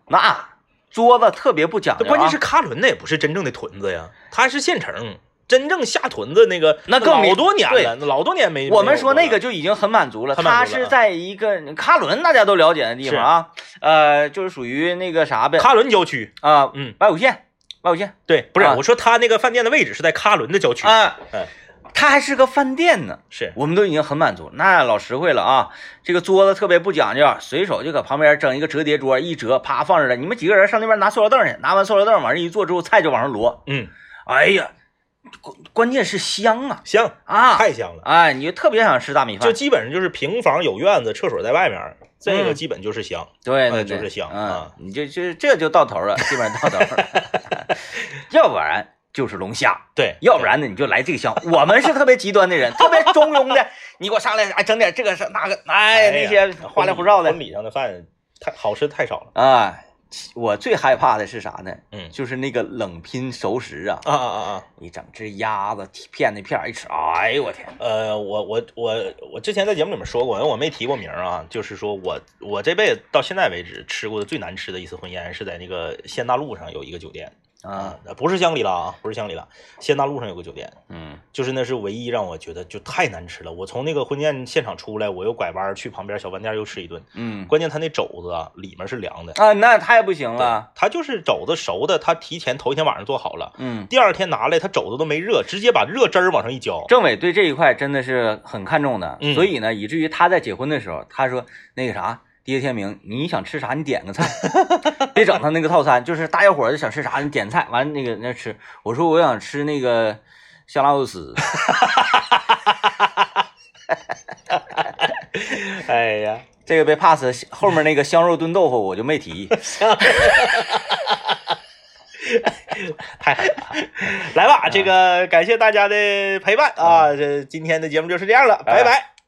[SPEAKER 1] 那桌子特别不讲究、啊，
[SPEAKER 2] 关键是喀伦那也不是真正的屯子呀，它是县城。真正下屯子那个，
[SPEAKER 1] 那更没
[SPEAKER 2] 老多年
[SPEAKER 1] 对
[SPEAKER 2] 了，老多年没。
[SPEAKER 1] 我
[SPEAKER 2] 没有
[SPEAKER 1] 们说
[SPEAKER 2] 过
[SPEAKER 1] 那
[SPEAKER 2] 了
[SPEAKER 1] 个就已经很满足了。
[SPEAKER 2] 很满
[SPEAKER 1] 他
[SPEAKER 2] 足了
[SPEAKER 1] 是
[SPEAKER 2] 啊
[SPEAKER 1] 在一个喀伦大家都了解的地方啊，呃，就是属于那个啥呗，
[SPEAKER 2] 喀伦郊区，
[SPEAKER 1] 啊，
[SPEAKER 2] 嗯，
[SPEAKER 1] 白虎县，白虎县
[SPEAKER 2] 对，不是、
[SPEAKER 1] 啊
[SPEAKER 2] 我说他那个饭店的位置是在喀伦的郊区，
[SPEAKER 1] 啊
[SPEAKER 2] 哎，
[SPEAKER 1] 他还是个饭店呢。
[SPEAKER 2] 是
[SPEAKER 1] 我们都已经很满足，那老实惠了啊！这个桌子特别不讲究，啊随手就搁旁边整一个折叠桌，一折，啪放这了。你们几个人上那边拿塑料凳去，拿完塑料凳往这一坐之后，菜就往上摞。
[SPEAKER 2] 嗯，
[SPEAKER 1] 哎呀，关关键是香啊
[SPEAKER 2] 香，
[SPEAKER 1] 啊！
[SPEAKER 2] 太香了，
[SPEAKER 1] 哎，你就特别想吃大米饭，
[SPEAKER 2] 就基本上就是平房有院子，厕所在外面，这个
[SPEAKER 1] 嗯
[SPEAKER 2] 基本就是香，
[SPEAKER 1] 对
[SPEAKER 2] 哎
[SPEAKER 1] 对
[SPEAKER 2] 就
[SPEAKER 1] 对，
[SPEAKER 2] 是香
[SPEAKER 1] 嗯
[SPEAKER 2] 啊，
[SPEAKER 1] 你就就这就到头了，基本上到头了， 要不然就是龙虾，
[SPEAKER 2] 对，
[SPEAKER 1] 要不然呢你就来这个香。我们是特别极端的人，特别中庸的，你给我上来哎整点这个是那个，哎那些花里胡哨的
[SPEAKER 2] 婚礼上的饭太好吃太少了，
[SPEAKER 1] 啊。我最害怕的是啥呢？
[SPEAKER 2] 嗯
[SPEAKER 1] 就是那个冷拼熟食啊，
[SPEAKER 2] 啊啊啊啊，
[SPEAKER 1] 你整只鸭子片那片儿一吃，哎呦我天，
[SPEAKER 2] 呃，我我我我之前在节目里面说过，因为我没提过名儿啊，就是说我我这辈子到现在为止吃过的最难吃的一次婚宴是在那个县大路上有一个酒店
[SPEAKER 1] 啊，，
[SPEAKER 2] 呃不是香格里拉啊，不是香格里拉，县大路上有个酒店，
[SPEAKER 1] 嗯
[SPEAKER 2] 就是那是唯一让我觉得就太难吃了。我从那个婚宴现场出来，我又拐弯儿去旁边小饭店又吃一顿。
[SPEAKER 1] 嗯
[SPEAKER 2] 关键它那肘子啊，里面是凉的，
[SPEAKER 1] 啊，那太不行了，
[SPEAKER 2] 它就是肘子熟的，它提前头一天晚上做好了，
[SPEAKER 1] 嗯。
[SPEAKER 2] 第二天拿来它肘子都没热，直接把热汁儿往上一浇。
[SPEAKER 1] 政委对这一块真的是很看重的，
[SPEAKER 2] 哦嗯
[SPEAKER 1] 所以呢，以至于他在结婚的时候，他说那个啥，爹天明，你想吃啥你点 个菜，别整他那个套餐，就是大家伙儿想吃啥你点菜，完了那个那吃，我说我想吃那个香辣肉 丝，
[SPEAKER 2] 哎呀，
[SPEAKER 1] 这个被 pass，后面那个香肉炖豆腐我就没提，
[SPEAKER 2] 太狠了！啊来吧，这个感谢大家的陪伴啊，这今天的节目就是这样了，拜拜。